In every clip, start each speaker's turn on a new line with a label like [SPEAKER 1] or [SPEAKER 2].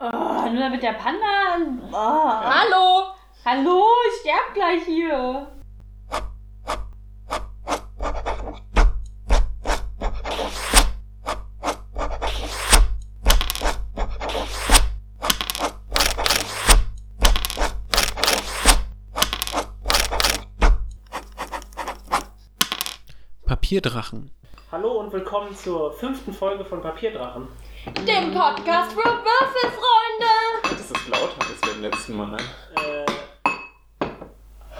[SPEAKER 1] nur damit der Panda. Oh.
[SPEAKER 2] Hallo!
[SPEAKER 1] Hallo, ich sterb gleich hier.
[SPEAKER 3] Papierdrachen.
[SPEAKER 4] Hallo und willkommen zur fünften Folge von Papierdrachen.
[SPEAKER 2] Dem Podcast für Würfelfreunde!
[SPEAKER 5] Dass es lauter ist beim letzten Mal.
[SPEAKER 4] Äh,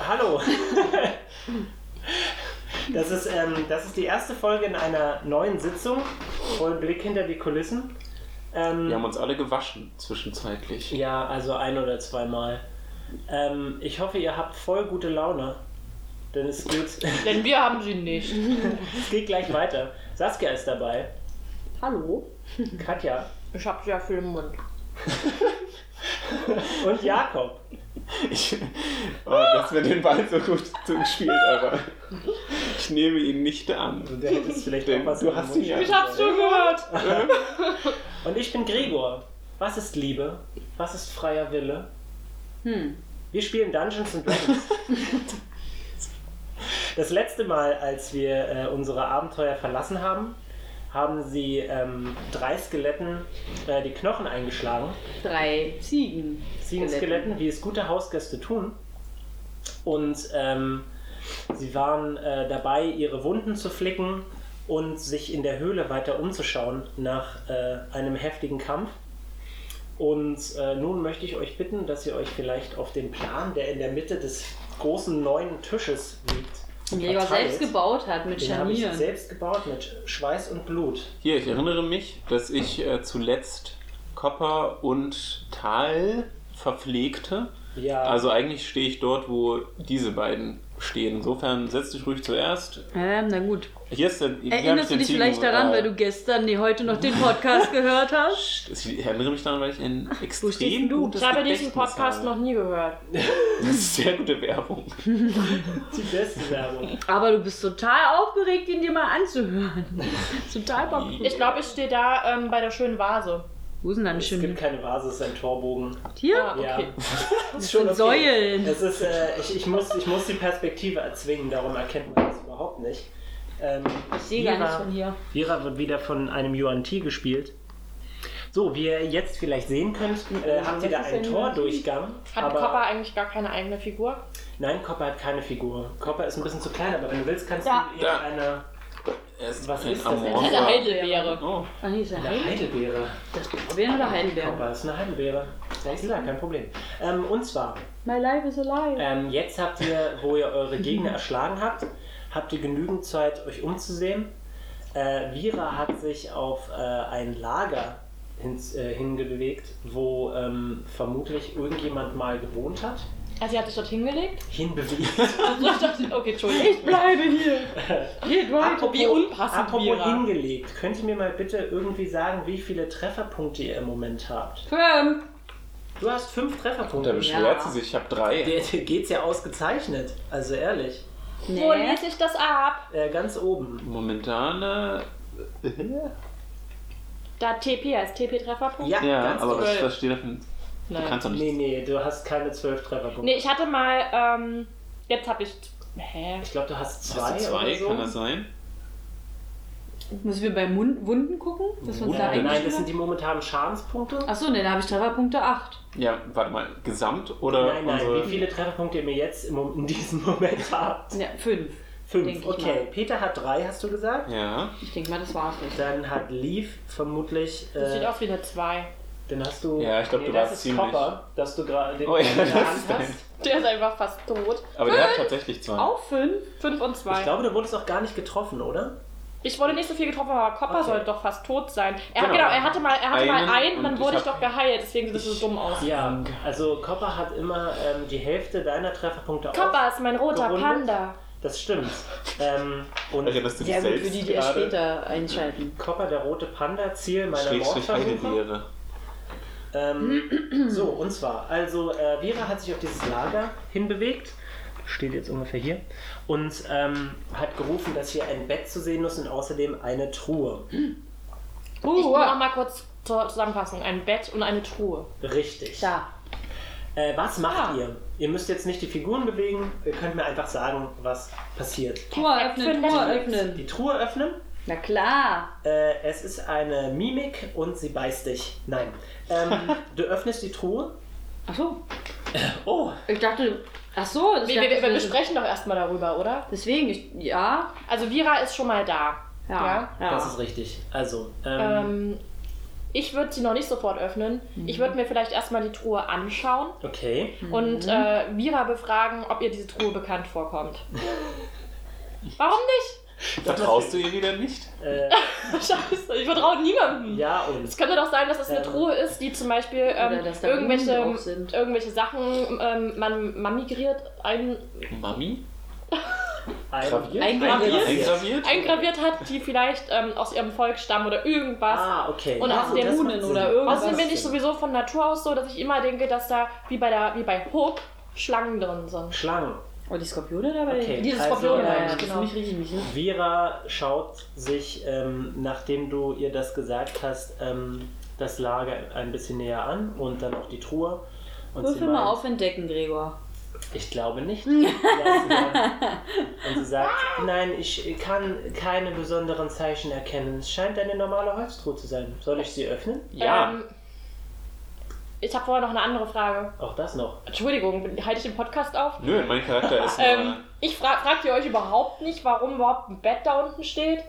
[SPEAKER 4] hallo. Das ist, ähm, das ist die erste Folge in einer neuen Sitzung. Vollen Blick hinter die Kulissen. Ähm,
[SPEAKER 5] Wir haben uns alle gewaschen zwischenzeitlich.
[SPEAKER 4] ja, also ein oder zweimal. Ähm, ich hoffe, ihr habt voll gute Laune. Denn es geht,
[SPEAKER 2] Denn wir haben sie nicht.
[SPEAKER 4] es geht gleich weiter. Saskia ist dabei.
[SPEAKER 2] Hallo?
[SPEAKER 4] Katja
[SPEAKER 2] Ich hab's ja für den Mund.
[SPEAKER 4] und Jakob.
[SPEAKER 5] Ich, oh, dass wir den Ball so gut zugespielt, aber ich nehme ihn nicht an.
[SPEAKER 4] Also Der hätte es vielleicht
[SPEAKER 5] Den-
[SPEAKER 4] auch was
[SPEAKER 5] du
[SPEAKER 4] in den
[SPEAKER 5] hast
[SPEAKER 4] Mund
[SPEAKER 5] ihn ja.
[SPEAKER 4] stecken
[SPEAKER 2] Ich hab's
[SPEAKER 4] sollen.
[SPEAKER 2] schon gehört!
[SPEAKER 4] Und ich bin Gregor. Was ist Liebe? Was ist freier Wille?
[SPEAKER 1] Hm.
[SPEAKER 4] Wir spielen Dungeons and Dragons. das letzte Mal, als wir äh, unsere Abenteuer verlassen haben, haben sie ähm, drei Skeletten äh, die Knochen eingeschlagen.
[SPEAKER 1] Drei Ziegen.
[SPEAKER 4] Sieben Skeletten, wie es gute Hausgäste tun. Und ähm, sie waren äh, dabei, ihre Wunden zu flicken und sich in der Höhle weiter umzuschauen nach äh, einem heftigen Kampf. Und äh, nun möchte ich euch bitten, dass ihr euch vielleicht auf den Plan, der in der Mitte des großen neuen Tisches liegt,
[SPEAKER 1] Den Gregor
[SPEAKER 4] verteilt.
[SPEAKER 1] selbst gebaut hat mit
[SPEAKER 4] Den habe ich
[SPEAKER 1] Scharnieren.
[SPEAKER 4] selbst gebaut mit Schweiß und Blut.
[SPEAKER 5] Hier, ich erinnere mich, dass ich äh, zuletzt Copper und Tal verpflegte.
[SPEAKER 4] Ja,
[SPEAKER 5] Also eigentlich stehe ich dort, wo diese beiden stehen. Insofern setz dich ruhig zuerst.
[SPEAKER 6] Ähm, na gut.
[SPEAKER 5] Hier ist der, hier hab ich
[SPEAKER 6] Erinnerst du
[SPEAKER 5] den
[SPEAKER 6] dich
[SPEAKER 5] Ziegen-
[SPEAKER 6] vielleicht daran,
[SPEAKER 5] äh,
[SPEAKER 6] weil du gestern, nee, heute noch den Podcast gehört hast?
[SPEAKER 5] Ich erinnere mich daran, weil ich ein
[SPEAKER 6] stehst
[SPEAKER 5] extrem
[SPEAKER 6] denn du?
[SPEAKER 5] gutes
[SPEAKER 2] Ich habe diesen
[SPEAKER 5] Gedächtnis
[SPEAKER 2] Podcast
[SPEAKER 5] habe.
[SPEAKER 2] noch nie gehört.
[SPEAKER 5] Das ist sehr gute Werbung.
[SPEAKER 4] die beste Werbung.
[SPEAKER 6] Aber du bist total aufgeregt, ihn dir mal anzuhören. total Bock.
[SPEAKER 2] Ich glaube, ich stehe da ähm, bei der schönen Vase.
[SPEAKER 6] Wo ist denn da eine
[SPEAKER 4] Es gibt
[SPEAKER 6] schöne
[SPEAKER 4] keine Vase, es ist ein Torbogen.
[SPEAKER 6] Tier?
[SPEAKER 2] Ah, okay.
[SPEAKER 4] Das ist
[SPEAKER 6] schon okay. Säulen.
[SPEAKER 4] Es ist, äh, ich, ich, muss, ich muss die Perspektive erzwingen, darum erkennt man das überhaupt nicht. Ähm,
[SPEAKER 1] Ich sehe gar nichts
[SPEAKER 4] Vera-
[SPEAKER 1] von hier.
[SPEAKER 4] Vera wird wieder von einem Yuan Ti gespielt. So, wie ihr jetzt vielleicht sehen könnt, äh, habt ihr da einen Tordurchgang.
[SPEAKER 2] Hat
[SPEAKER 4] aber-
[SPEAKER 2] Copper eigentlich gar keine eigene Figur?
[SPEAKER 4] Nein, Copper hat keine Figur. Copper ist ein bisschen zu klein, aber wenn du willst, kannst
[SPEAKER 1] Da.
[SPEAKER 4] du ihr
[SPEAKER 5] Da.
[SPEAKER 4] eine
[SPEAKER 5] Er ist
[SPEAKER 4] Was
[SPEAKER 5] ein
[SPEAKER 4] ist das?
[SPEAKER 5] Amor.
[SPEAKER 1] Eine
[SPEAKER 2] Heidelbeere.
[SPEAKER 5] Oh,
[SPEAKER 1] Ach nee, ist ein
[SPEAKER 6] Hm?
[SPEAKER 4] eine
[SPEAKER 1] Heidelbeer.
[SPEAKER 4] Heidelbeere.
[SPEAKER 1] Das probieren oder Heidelbeer?
[SPEAKER 4] Copper ist eine Heidelbeere. Das ist ja kein Problem. Ähm, und zwar,
[SPEAKER 6] My life is a lie.
[SPEAKER 4] Ähm, jetzt habt ihr, wo ihr eure Gegner erschlagen habt, habt ihr genügend Zeit, euch umzusehen. Äh, Vira hat sich auf äh, ein Lager hin, äh, hingebewegt, wo ähm, vermutlich irgendjemand mal gewohnt hat.
[SPEAKER 2] Also, sie hat sich dort hingelegt?
[SPEAKER 4] Hinbewegt.
[SPEAKER 2] Also, ich dachte, okay, Entschuldigung.
[SPEAKER 1] Bleibe hier. Geht weiter.
[SPEAKER 2] Wie unpassend,
[SPEAKER 4] Apropos
[SPEAKER 2] Vira.
[SPEAKER 4] hingelegt, könnt ihr mir mal bitte irgendwie sagen, wie viele Trefferpunkte ihr im Moment habt?
[SPEAKER 1] Fünf.
[SPEAKER 4] Du hast fünf
[SPEAKER 5] da
[SPEAKER 4] Trefferpunkte.
[SPEAKER 5] beschwert
[SPEAKER 1] Ja.
[SPEAKER 5] sie sich. Ich habe drei.
[SPEAKER 4] Dir, dir geht's ja ausgezeichnet, also ehrlich.
[SPEAKER 2] Wo lese ich das ab?
[SPEAKER 4] Äh, ganz oben.
[SPEAKER 5] Momentane. Äh,
[SPEAKER 2] Da TP heißt TP-Trefferpunkt?
[SPEAKER 4] Ja,
[SPEAKER 5] ja,
[SPEAKER 4] ganz
[SPEAKER 5] aber
[SPEAKER 4] oben.
[SPEAKER 5] was, was steht da für ein. Du
[SPEAKER 2] Nein.
[SPEAKER 5] kannst doch
[SPEAKER 4] Nee,
[SPEAKER 5] nicht.
[SPEAKER 4] nee, du hast keine zwölf Trefferpunkte.
[SPEAKER 2] Nee, ich hatte mal, ähm, jetzt habe ich, hä?
[SPEAKER 4] Ich glaube, du hast zwei.
[SPEAKER 5] Hast du zwei?
[SPEAKER 4] oder so.
[SPEAKER 5] Kann das sein?
[SPEAKER 1] Müssen wir bei Mund Wunden gucken? Dass wir uns da
[SPEAKER 4] Äh, Nein, nein, das
[SPEAKER 1] eingeschrieben
[SPEAKER 4] sind
[SPEAKER 1] haben?
[SPEAKER 4] die momentanen Schadenspunkte.
[SPEAKER 1] Achso, ne, da habe ich Trefferpunkte 8.
[SPEAKER 5] Ja, warte mal. Gesamt oder
[SPEAKER 4] Äh, nein, nein,
[SPEAKER 5] unsere.
[SPEAKER 4] wie viele Trefferpunkte ihr mir jetzt im, Mom- in diesem Moment habt?
[SPEAKER 1] Ja, 5. Denk
[SPEAKER 4] Fünf.
[SPEAKER 1] ich
[SPEAKER 4] Okay,
[SPEAKER 1] mal.
[SPEAKER 4] Peter hat drei, hast du gesagt?
[SPEAKER 5] Ja.
[SPEAKER 1] Ich denke mal, das war's jetzt.
[SPEAKER 4] Dann hat Leaf vermutlich.
[SPEAKER 2] Das sieht
[SPEAKER 4] Äh,
[SPEAKER 2] aus wie eine 2.
[SPEAKER 4] dann hast du.
[SPEAKER 5] Ja, ich glaub, du
[SPEAKER 4] das
[SPEAKER 5] warst
[SPEAKER 4] ist
[SPEAKER 5] ziemlich-
[SPEAKER 4] Copper, dass du gerade den
[SPEAKER 5] Oh ja,
[SPEAKER 4] in der
[SPEAKER 5] das
[SPEAKER 4] Hand
[SPEAKER 5] ist dein-
[SPEAKER 4] hast.
[SPEAKER 2] Der ist einfach fast tot.
[SPEAKER 5] Aber der hat tatsächlich zwei.
[SPEAKER 1] Auch 5?
[SPEAKER 2] 5 und
[SPEAKER 4] Ich
[SPEAKER 2] 2.
[SPEAKER 4] glaube, du wurdest auch gar nicht getroffen, oder?
[SPEAKER 2] Ich, wurde nicht so viel getroffen, aber Copper
[SPEAKER 4] Okay.
[SPEAKER 2] sollte doch fast tot sein. Er,
[SPEAKER 5] Genau.
[SPEAKER 2] genau, er hatte mal, er hatte mal
[SPEAKER 5] Einen
[SPEAKER 2] einen,
[SPEAKER 5] und
[SPEAKER 2] dann
[SPEAKER 5] ich
[SPEAKER 2] wurde ich
[SPEAKER 5] hab-
[SPEAKER 2] doch geheilt, deswegen sieht das so dumm aus.
[SPEAKER 4] Ja, also Copper hat immer ähm, die Hälfte deiner Trefferpunkte
[SPEAKER 2] Copper ist mein roter
[SPEAKER 4] Gerundet.
[SPEAKER 2] Panda.
[SPEAKER 4] Das stimmt. ähm, und
[SPEAKER 5] Erinnerst du dich
[SPEAKER 1] Ja, gut, für
[SPEAKER 5] selbst
[SPEAKER 1] die, die erst
[SPEAKER 5] gerade?
[SPEAKER 1] später einschalten.
[SPEAKER 4] Copper, der rote Panda, Ziel meiner
[SPEAKER 5] Schrägstrich
[SPEAKER 4] Mordversuche.
[SPEAKER 5] Heidelbeere.
[SPEAKER 4] Ähm, so, und zwar, also äh, Vera hat sich auf dieses Lager hinbewegt, steht jetzt ungefähr hier, und ähm, hat gerufen, dass hier ein Bett zu sehen ist und außerdem eine Truhe.
[SPEAKER 2] Ich will
[SPEAKER 1] Uh,
[SPEAKER 2] noch mal kurz Zur Zusammenfassung, ein Bett und eine Truhe.
[SPEAKER 4] Richtig.
[SPEAKER 2] Da.
[SPEAKER 4] Äh, was macht
[SPEAKER 2] Ah.
[SPEAKER 4] ihr? Ihr müsst jetzt nicht die Figuren bewegen, ihr könnt mir einfach sagen, was passiert.
[SPEAKER 1] Tor öffnen, Tor öffnen.
[SPEAKER 4] Die Truhe öffnen,
[SPEAKER 1] Na klar.
[SPEAKER 4] äh, es ist eine Mimik und sie beißt dich. Nein. Ähm, du öffnest die Truhe.
[SPEAKER 1] Ach so,
[SPEAKER 4] Oh,
[SPEAKER 1] ich dachte, ach so. das-
[SPEAKER 2] Wir, wir, wir besprechen doch erstmal darüber, oder?
[SPEAKER 1] Deswegen, ich, ja,
[SPEAKER 2] Also Vira ist schon mal da.
[SPEAKER 1] ja, ja.
[SPEAKER 4] das ist richtig. Also, ähm,
[SPEAKER 2] Ähm, ich würde sie noch nicht sofort öffnen. Ich würde mir vielleicht erstmal die Truhe anschauen
[SPEAKER 4] okay.
[SPEAKER 2] und äh, Vira befragen, ob ihr diese Truhe bekannt vorkommt. Warum nicht?
[SPEAKER 5] Vertraust du ihr wieder nicht?
[SPEAKER 4] Äh,
[SPEAKER 2] Scheiße, ich vertraue niemandem.
[SPEAKER 4] ja und.
[SPEAKER 2] Es könnte doch sein, dass es eine
[SPEAKER 4] Ähm.
[SPEAKER 2] Truhe ist, die zum Beispiel
[SPEAKER 1] Oder
[SPEAKER 2] ähm,
[SPEAKER 1] dass da Blumen drauf
[SPEAKER 2] irgendwelche,
[SPEAKER 1] sind.
[SPEAKER 2] irgendwelche Sachen ähm, man mamigriert, ein,
[SPEAKER 5] Mami?
[SPEAKER 4] Ein,
[SPEAKER 1] Eingraviert?
[SPEAKER 5] Eingraviert?
[SPEAKER 2] eingraviert hat, die vielleicht ähm, aus ihrem Volk stammen oder irgendwas.
[SPEAKER 4] ah, okay.
[SPEAKER 2] Und
[SPEAKER 4] ja,
[SPEAKER 2] aus
[SPEAKER 4] gut,
[SPEAKER 2] der
[SPEAKER 4] das macht
[SPEAKER 1] Runen
[SPEAKER 4] Sinn.
[SPEAKER 1] oder irgendwas.
[SPEAKER 2] Außerdem bin
[SPEAKER 4] Das
[SPEAKER 2] ich
[SPEAKER 4] Sinn.
[SPEAKER 2] sowieso von Natur aus so, dass ich immer denke, dass da wie bei der wie bei Hope Schlangen drin sind.
[SPEAKER 4] Schlangen.
[SPEAKER 1] Und Oh, die Skorpione dabei?
[SPEAKER 4] Okay,
[SPEAKER 1] Dieses
[SPEAKER 4] also,
[SPEAKER 1] Skorpione,
[SPEAKER 4] ähm,
[SPEAKER 1] ja, ja,
[SPEAKER 2] genau.
[SPEAKER 1] genau. Mich riechen, mich riechen.
[SPEAKER 4] Vera schaut sich, ähm, nachdem du ihr das gesagt hast, ähm, das Lager ein bisschen näher an und dann auch die Truhe. Und
[SPEAKER 1] Würfel
[SPEAKER 4] meint,
[SPEAKER 1] mal auf Entdecken, Gregor.
[SPEAKER 4] Ich glaube nicht. Ja, sie meint- und sie sagt, nein, ich kann keine besonderen Zeichen erkennen. Es scheint eine normale Holztruhe zu sein. Soll ich sie öffnen?
[SPEAKER 5] Ja.
[SPEAKER 2] Ähm, ich habe vorher noch eine andere Frage.
[SPEAKER 4] Auch das noch.
[SPEAKER 2] Entschuldigung, bin- halte ich den Podcast auf?
[SPEAKER 5] Nö, mein Charakter ist
[SPEAKER 2] Ähm,
[SPEAKER 5] nur...
[SPEAKER 2] ich fra fragt ihr euch überhaupt nicht, warum überhaupt ein Bett da unten steht?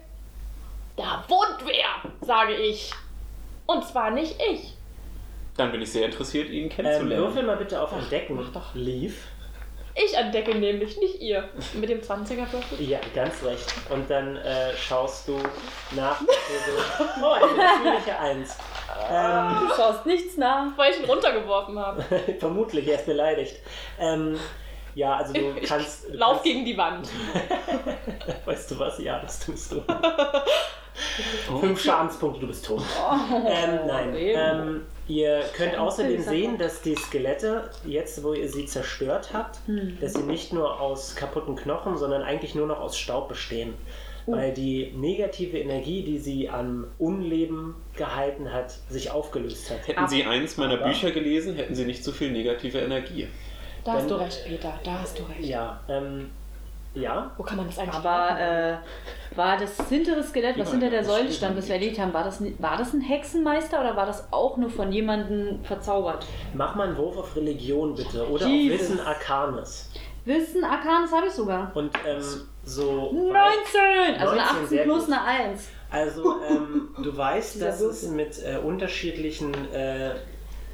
[SPEAKER 2] Da wohnt wer, sage ich. Und zwar nicht ich.
[SPEAKER 5] Dann bin ich sehr interessiert, ihn
[SPEAKER 4] Ähm,
[SPEAKER 5] kennenzulernen.
[SPEAKER 4] würfel mal bitte auf Entdecken.
[SPEAKER 2] mach doch.
[SPEAKER 4] Leaf.
[SPEAKER 2] Ich entdecke nämlich, nicht ihr. Mit dem 20er Würfel.
[SPEAKER 4] Ja, ganz recht. Und dann äh, schaust du nach. oh, eine natürliche Eins.
[SPEAKER 2] Ah.
[SPEAKER 4] Ähm,
[SPEAKER 1] Du schaust nichts nach.
[SPEAKER 2] Weil ich ihn runtergeworfen habe.
[SPEAKER 4] Vermutlich, er ist beleidigt. Ähm, ja, also du
[SPEAKER 2] Ich
[SPEAKER 4] kannst. du
[SPEAKER 2] Lauf
[SPEAKER 4] kannst,
[SPEAKER 2] gegen die Wand.
[SPEAKER 4] Weißt du was? Ja, das tust du. Oh. Fünf Schadenspunkte, du bist tot. ähm, nein.
[SPEAKER 1] eben.
[SPEAKER 4] Ähm, ihr könnt außerdem
[SPEAKER 1] Sache.
[SPEAKER 4] sehen, dass die Skelette, jetzt wo ihr sie zerstört habt, dass sie nicht nur aus kaputten Knochen, sondern eigentlich nur noch aus Staub bestehen. Weil die negative Energie, die sie am Unleben gehalten hat, sich aufgelöst hat.
[SPEAKER 5] Hätten Sie eins meiner Bücher gelesen, hätten Sie nicht so viel negative Energie.
[SPEAKER 2] Da hast du
[SPEAKER 4] Dann-
[SPEAKER 2] recht, Peter. Da hast du recht.
[SPEAKER 4] Ja, ähm, ja,
[SPEAKER 2] Wo kann man das eigentlich
[SPEAKER 1] Aber äh, war das hintere Skelett, was
[SPEAKER 5] Überall
[SPEAKER 1] hinter der
[SPEAKER 5] das
[SPEAKER 1] Säule
[SPEAKER 5] steht
[SPEAKER 1] stand, das wir erledigt haben, war das, ni- war das ein Hexenmeister oder war das auch nur von jemandem verzaubert?
[SPEAKER 4] Mach mal einen Wurf auf Religion bitte oder
[SPEAKER 1] Jesus.
[SPEAKER 4] auf Wissen Arcanis.
[SPEAKER 1] Wissen, Arcanes habe ich sogar.
[SPEAKER 4] Und ähm, so.
[SPEAKER 1] 19! Also
[SPEAKER 4] Weißt,
[SPEAKER 1] eine
[SPEAKER 4] 19,
[SPEAKER 1] 18
[SPEAKER 4] sehr
[SPEAKER 1] plus
[SPEAKER 4] gut.
[SPEAKER 1] eine 1.
[SPEAKER 4] also ähm, du weißt,
[SPEAKER 1] Dieser
[SPEAKER 4] dass es mit äh, unterschiedlichen äh,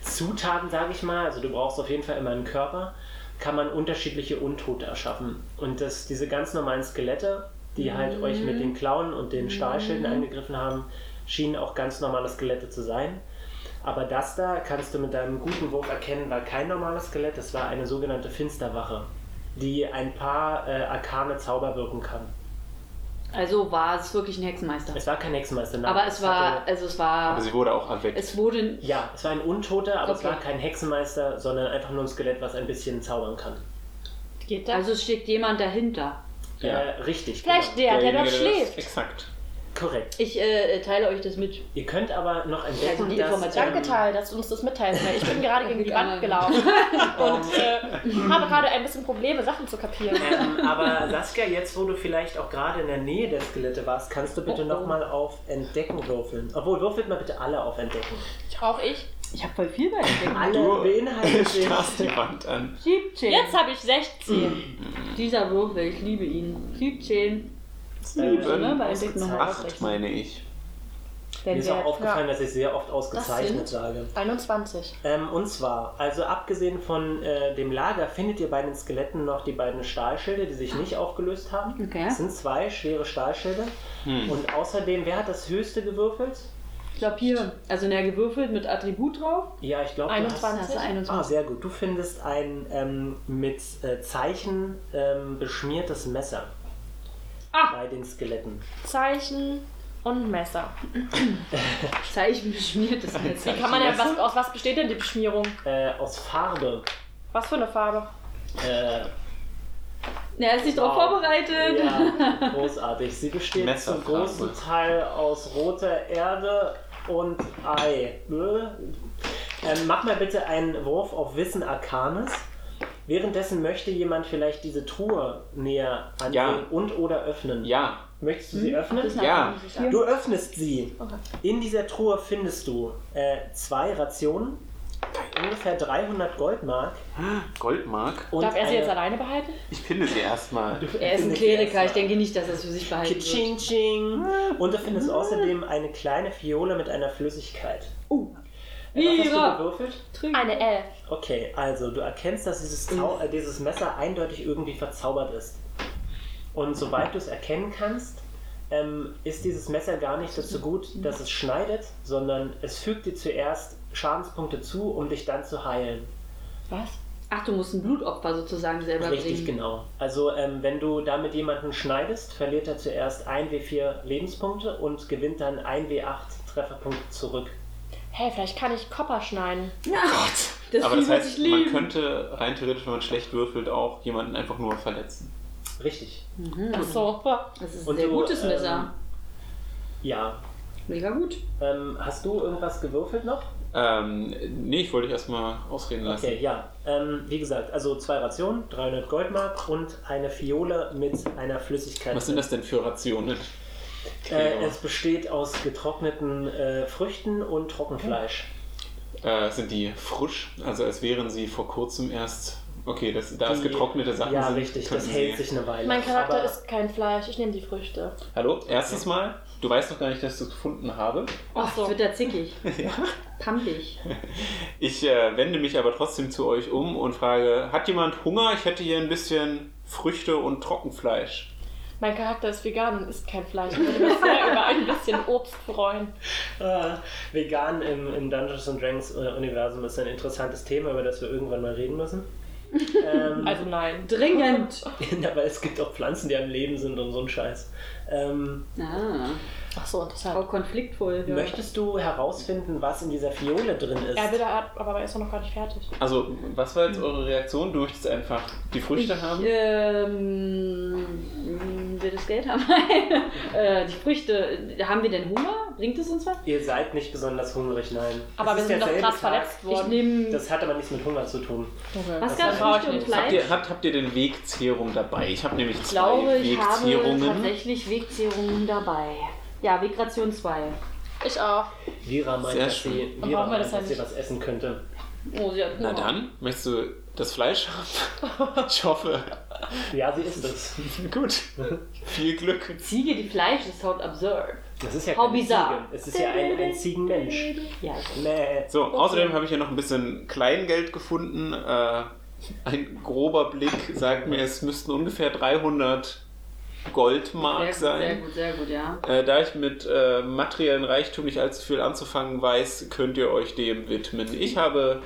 [SPEAKER 4] Zutaten, sage ich mal, also du brauchst auf jeden Fall immer einen Körper, kann man unterschiedliche Untote erschaffen. Und dass diese ganz normalen Skelette, die halt euch mit den Klauen und den Stahlschilden
[SPEAKER 1] Mhm.
[SPEAKER 4] angegriffen haben, schienen auch ganz normale Skelette zu sein. Aber das da kannst du mit deinem guten Wurf erkennen, war kein normales Skelett, das war eine sogenannte Finsterwache, die ein paar äh, arkane Zauber wirken kann.
[SPEAKER 1] Also war es wirklich ein Hexenmeister.
[SPEAKER 4] Es war kein Hexenmeister, nein.
[SPEAKER 1] Aber es war,
[SPEAKER 4] hatte-
[SPEAKER 1] also es
[SPEAKER 5] Aber
[SPEAKER 1] war,
[SPEAKER 5] sie wurde auch erweckt.
[SPEAKER 1] es wurde,
[SPEAKER 4] ja, es war ein Untoter, aber es
[SPEAKER 1] Okay.
[SPEAKER 4] war kein Hexenmeister, sondern einfach nur ein Skelett, was ein bisschen zaubern kann.
[SPEAKER 2] Geht das?
[SPEAKER 1] also es steckt jemand dahinter.
[SPEAKER 5] Ja.
[SPEAKER 4] Äh, richtig.
[SPEAKER 2] Vielleicht
[SPEAKER 4] genau.
[SPEAKER 2] der, der
[SPEAKER 5] Derjenige,
[SPEAKER 2] dort
[SPEAKER 5] das-
[SPEAKER 2] schläft.
[SPEAKER 5] Exakt.
[SPEAKER 4] Korrekt.
[SPEAKER 1] Ich äh, teile euch das mit.
[SPEAKER 4] Ihr könnt aber noch entdecken,
[SPEAKER 1] Also die
[SPEAKER 4] dass... ähm,
[SPEAKER 1] Information-
[SPEAKER 2] Danke, Tal, dass du uns das mitteilst, weil ich bin gerade gegen die Wand gelaufen und äh, habe gerade ein bisschen Probleme, Sachen zu kapieren.
[SPEAKER 4] ähm, aber Saskia, jetzt wo du vielleicht auch gerade in der Nähe der Skelette warst, kannst du bitte
[SPEAKER 1] Oh, oh.
[SPEAKER 4] nochmal auf Entdecken würfeln. Obwohl, würfelt mal bitte alle auf Entdecken.
[SPEAKER 2] Auch ich.
[SPEAKER 1] Ich habe voll viel bei
[SPEAKER 4] Alle
[SPEAKER 5] Du
[SPEAKER 4] beinhaltet sich...
[SPEAKER 5] starrst die Wand an.
[SPEAKER 1] 17.
[SPEAKER 2] Jetzt habe ich 16.
[SPEAKER 1] Dieser Würfel, ich liebe ihn. 17. ne? Bei Entdecken nochmal
[SPEAKER 5] Acht, meine ich.
[SPEAKER 1] Wenn
[SPEAKER 4] Mir ist
[SPEAKER 1] wir-
[SPEAKER 4] auch aufgefallen, dass ich sehr oft ausgezeichnet
[SPEAKER 1] sind-
[SPEAKER 4] sage.
[SPEAKER 2] 21.
[SPEAKER 4] Ähm, und zwar, also abgesehen von äh, dem Lager, findet ihr bei den Skeletten noch die beiden Stahlschilde, die sich nicht aufgelöst haben.
[SPEAKER 1] Okay.
[SPEAKER 4] Es sind zwei schwere Stahlschilde. Und außerdem, wer hat das höchste gewürfelt?
[SPEAKER 1] Ich glaube hier, also na, gewürfelt mit Attribut drauf.
[SPEAKER 4] Ja, ich glaube,
[SPEAKER 2] 21.
[SPEAKER 1] Hast du
[SPEAKER 4] Ah,
[SPEAKER 1] 21.
[SPEAKER 4] sehr gut. Du findest ein ähm, mit äh, Zeichen ähm, beschmiertes Messer
[SPEAKER 2] Ah,
[SPEAKER 4] bei den Skeletten.
[SPEAKER 2] Zeichen und Messer.
[SPEAKER 1] Zeichen beschmiertes Messer.
[SPEAKER 2] Kann man ja, was, aus was besteht denn die Beschmierung?
[SPEAKER 4] Äh, aus Farbe.
[SPEAKER 2] Was für eine Farbe?
[SPEAKER 4] Äh,
[SPEAKER 1] Na, er ist nicht darauf
[SPEAKER 4] Wow.
[SPEAKER 1] vorbereitet.
[SPEAKER 4] Ja, großartig. Sie besteht
[SPEAKER 5] Messer
[SPEAKER 4] zum großen
[SPEAKER 5] fragen.
[SPEAKER 4] Teil aus roter Erde und Ei. Ähm, mach mal bitte einen Wurf auf Wissen Arcanes. Währenddessen möchte jemand vielleicht diese Truhe näher ansehen
[SPEAKER 5] Ja.
[SPEAKER 4] und oder öffnen.
[SPEAKER 5] Ja.
[SPEAKER 4] Möchtest du sie
[SPEAKER 2] Hm?
[SPEAKER 4] öffnen?
[SPEAKER 5] Ja.
[SPEAKER 4] Du öffnest sie.
[SPEAKER 2] Okay.
[SPEAKER 4] In dieser Truhe findest du äh, zwei Rationen, ungefähr 300 Goldmark
[SPEAKER 5] Goldmark?
[SPEAKER 4] und
[SPEAKER 2] Darf er sie
[SPEAKER 4] eine-
[SPEAKER 2] jetzt alleine behalten?
[SPEAKER 5] Ich finde sie erstmal.
[SPEAKER 1] Er ist ein Kleriker, ich denke nicht, dass er es für sich behalten wird.
[SPEAKER 4] Kitsching, ching. Und du findest außerdem eine kleine Fiole mit einer Flüssigkeit.
[SPEAKER 1] Uh.
[SPEAKER 4] Äh, Was hast
[SPEAKER 1] Mira.
[SPEAKER 4] du gewürfelt?
[SPEAKER 2] Eine Elf.
[SPEAKER 4] Okay, also du erkennst, dass dieses, Zau äh, dieses Messer eindeutig irgendwie verzaubert ist. Und soweit du es erkennen kannst, ähm, ist dieses Messer gar nicht dazu gut, dass es schneidet, sondern es fügt dir zuerst Schadenspunkte zu, um dich dann zu heilen.
[SPEAKER 2] Was?
[SPEAKER 1] Ach, du musst ein Blutopfer sozusagen selber
[SPEAKER 4] Richtig,
[SPEAKER 1] bringen.
[SPEAKER 4] genau. Also ähm, wenn du damit jemanden schneidest, verliert er zuerst 1w4 Lebenspunkte und gewinnt dann 1w8 Trefferpunkte zurück.
[SPEAKER 2] Hey, vielleicht kann ich Kopper schneiden.
[SPEAKER 1] Ja. Gott, das
[SPEAKER 5] Aber
[SPEAKER 1] Vieh muss
[SPEAKER 5] das
[SPEAKER 1] ich
[SPEAKER 5] heißt, man
[SPEAKER 1] lieben.
[SPEAKER 5] könnte rein theoretisch, wenn man schlecht würfelt, auch jemanden einfach nur verletzen.
[SPEAKER 4] Richtig.
[SPEAKER 2] Ach so.
[SPEAKER 1] Das ist
[SPEAKER 4] Und
[SPEAKER 1] ein sehr
[SPEAKER 4] du,
[SPEAKER 1] gutes
[SPEAKER 4] ähm,
[SPEAKER 1] Messer.
[SPEAKER 4] Ja.
[SPEAKER 1] Mega gut.
[SPEAKER 4] Ähm, hast du irgendwas gewürfelt noch?
[SPEAKER 5] Ähm, nee, ich wollte dich erstmal ausreden lassen.
[SPEAKER 4] Okay, ja. Ähm, wie gesagt, also zwei Rationen, 300 Goldmark und eine Fiole mit einer Flüssigkeit.
[SPEAKER 5] Was sind das denn für Rationen?
[SPEAKER 4] Äh,
[SPEAKER 5] Genau.
[SPEAKER 4] es besteht aus getrockneten äh, Früchten und Trockenfleisch.
[SPEAKER 5] Äh, sind die frisch? Also als wären sie vor kurzem erst. Okay, das, da es
[SPEAKER 4] Die-
[SPEAKER 5] getrocknete Sachen
[SPEAKER 4] Ja,
[SPEAKER 5] sind.
[SPEAKER 4] richtig,
[SPEAKER 5] könnten
[SPEAKER 4] das hält
[SPEAKER 5] sie-
[SPEAKER 4] sich eine Weile.
[SPEAKER 2] Mein Charakter
[SPEAKER 4] Aber-
[SPEAKER 2] isst kein Fleisch, ich nehme die Früchte.
[SPEAKER 5] Hallo, erstes Mal. Du weißt noch gar nicht, dass ich das gefunden habe.
[SPEAKER 1] Oh,
[SPEAKER 2] Ach so.
[SPEAKER 1] wird da zickig.
[SPEAKER 5] Ja.
[SPEAKER 1] Pampig.
[SPEAKER 5] Ich äh, wende mich aber trotzdem zu euch um und frage: Hat jemand Hunger? Ich hätte hier ein bisschen Früchte und Trockenfleisch.
[SPEAKER 2] Mein Charakter ist vegan und isst kein Fleisch. Ich würde mich sehr über ein bisschen Obst freuen.
[SPEAKER 4] Äh, vegan im, im Dungeons and Dragons äh, Universum ist ein interessantes Thema, über das wir irgendwann mal reden müssen. Ähm,
[SPEAKER 2] Also nein.
[SPEAKER 1] Dringend.
[SPEAKER 4] aber es gibt auch Pflanzen, die am Leben sind und so ein Scheiß. Ähm,
[SPEAKER 1] Ah,
[SPEAKER 2] Ach so, interessant.
[SPEAKER 1] auch konfliktvoll. Ja.
[SPEAKER 4] Möchtest du herausfinden, was in dieser Fiole drin ist?
[SPEAKER 2] Ja, bitte, aber er ist doch noch gar nicht fertig.
[SPEAKER 5] Also, was war jetzt eure Reaktion? Du möchtest einfach die Früchte haben?
[SPEAKER 1] Ähm, will das Geld haben? äh, die Früchte. Haben wir denn Hunger? Bringt es uns was?
[SPEAKER 4] Ihr seid nicht besonders hungrig, nein.
[SPEAKER 2] Aber
[SPEAKER 4] Es
[SPEAKER 2] wir
[SPEAKER 4] ist
[SPEAKER 2] sind doch
[SPEAKER 4] derselbe
[SPEAKER 2] krass
[SPEAKER 4] Tag.
[SPEAKER 2] verletzt
[SPEAKER 1] Ich
[SPEAKER 2] worden.
[SPEAKER 1] nehme.
[SPEAKER 4] Das hat aber nichts mit Hunger zu tun.
[SPEAKER 1] Was
[SPEAKER 2] Das
[SPEAKER 1] gab
[SPEAKER 2] brauche ich
[SPEAKER 1] Früchte und
[SPEAKER 2] nicht.
[SPEAKER 1] Fleisch?
[SPEAKER 5] Habt ihr, habt, habt ihr den Wegzehrung dabei? Ich habe nämlich
[SPEAKER 1] Ich
[SPEAKER 5] zwei
[SPEAKER 1] glaube, ich habe
[SPEAKER 5] Wegzehrungen.
[SPEAKER 1] tatsächlich Wegzehrungen dabei. Ja, Wegration 2.
[SPEAKER 2] Ich auch.
[SPEAKER 4] Vira meint,
[SPEAKER 5] Sehr
[SPEAKER 4] dass sie,
[SPEAKER 5] schön.
[SPEAKER 2] Dann
[SPEAKER 4] Vira
[SPEAKER 2] brauchen wir
[SPEAKER 4] meint,
[SPEAKER 2] das ja
[SPEAKER 4] dass sie
[SPEAKER 2] nicht.
[SPEAKER 4] was essen könnte.
[SPEAKER 1] Oh, sie hat Hunger.
[SPEAKER 5] Na dann, möchtest du das Fleisch haben? Ich hoffe.
[SPEAKER 4] Ja, sie isst es.
[SPEAKER 5] Gut. Viel Glück.
[SPEAKER 1] Ziege, die Fleisch, das haut absurd.
[SPEAKER 4] Das ist ja
[SPEAKER 1] How
[SPEAKER 4] keine
[SPEAKER 1] bizarre.
[SPEAKER 4] Ziege. Es ist ja ein, ein Ziegenmensch.
[SPEAKER 1] Ja,
[SPEAKER 4] Mäh.
[SPEAKER 5] So, außerdem habe ich ja noch ein bisschen Kleingeld gefunden. Äh, ein grober Blick sagt mir, es müssten ungefähr 300
[SPEAKER 1] sehr
[SPEAKER 5] Goldmark
[SPEAKER 1] gut, sehr
[SPEAKER 5] sein.
[SPEAKER 1] gut, sehr gut, ja.
[SPEAKER 5] Äh, da ich mit äh, materiellen Reichtum nicht allzu viel anzufangen weiß, könnt ihr euch dem widmen. Ich habe,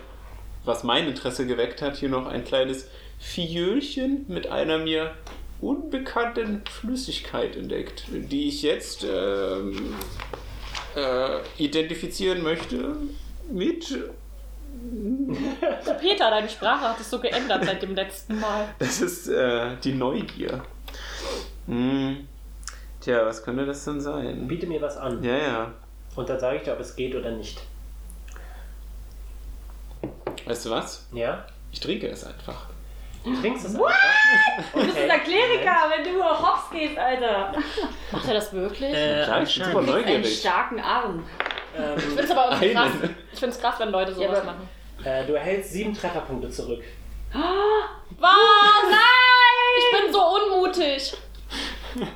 [SPEAKER 5] was mein Interesse geweckt hat, hier noch ein kleines Fiölchen mit einer mir unbekannten Flüssigkeit entdeckt, die ich jetzt ähm, äh, identifizieren möchte mit.
[SPEAKER 2] Peter, deine Sprache hat es so geändert seit dem letzten Mal.
[SPEAKER 5] Das ist äh, die Neugier. Hm. Tja, was könnte das denn sein?
[SPEAKER 4] Biete mir was an.
[SPEAKER 5] Ja, ja.
[SPEAKER 4] Und dann sage ich dir, ob es geht oder nicht.
[SPEAKER 5] Weißt du was?
[SPEAKER 4] Ja?
[SPEAKER 5] Ich trinke es einfach.
[SPEAKER 4] Du trinkst es einfach. Okay. Du bist
[SPEAKER 1] Der Kleriker, wenn du über Hops gehst, Alter.
[SPEAKER 2] Macht er das wirklich?
[SPEAKER 4] Äh,
[SPEAKER 5] Ja, ich bin super
[SPEAKER 4] anscheinend.
[SPEAKER 1] Einen
[SPEAKER 5] neugierig.
[SPEAKER 1] starken Arm.
[SPEAKER 2] Ich
[SPEAKER 4] ähm,
[SPEAKER 2] finde es aber irgendwie krass.
[SPEAKER 5] Einen.
[SPEAKER 2] Ich find's krass, wenn Leute sowas
[SPEAKER 1] Ja, aber-
[SPEAKER 2] machen.
[SPEAKER 4] äh, du erhältst sieben Trefferpunkte zurück.
[SPEAKER 2] Was? Nein! Ich bin so unmutig.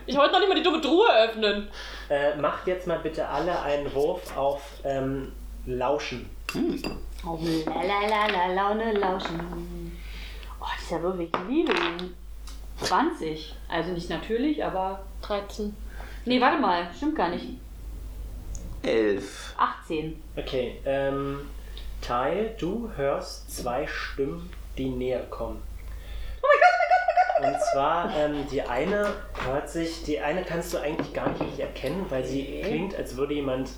[SPEAKER 2] Ich wollte noch nicht mal die dumme Truhe öffnen.
[SPEAKER 4] Äh, macht jetzt mal bitte alle einen Wurf auf ähm, Lauschen.
[SPEAKER 1] Oh, la la la la Laune lauschen. Oh, dieser Würfel, ich liebe ihn. 20. Also nicht natürlich, aber.
[SPEAKER 2] 13.
[SPEAKER 1] Nee, warte mal, stimmt gar nicht.
[SPEAKER 5] Elf.
[SPEAKER 1] 18.
[SPEAKER 4] Okay, ähm, Teil, du hörst zwei Stimmen, die näher kommen.
[SPEAKER 1] Oh
[SPEAKER 4] Und zwar, ähm, die eine hört sich, die eine kannst du eigentlich gar nicht richtig erkennen, weil sie klingt, als würde jemand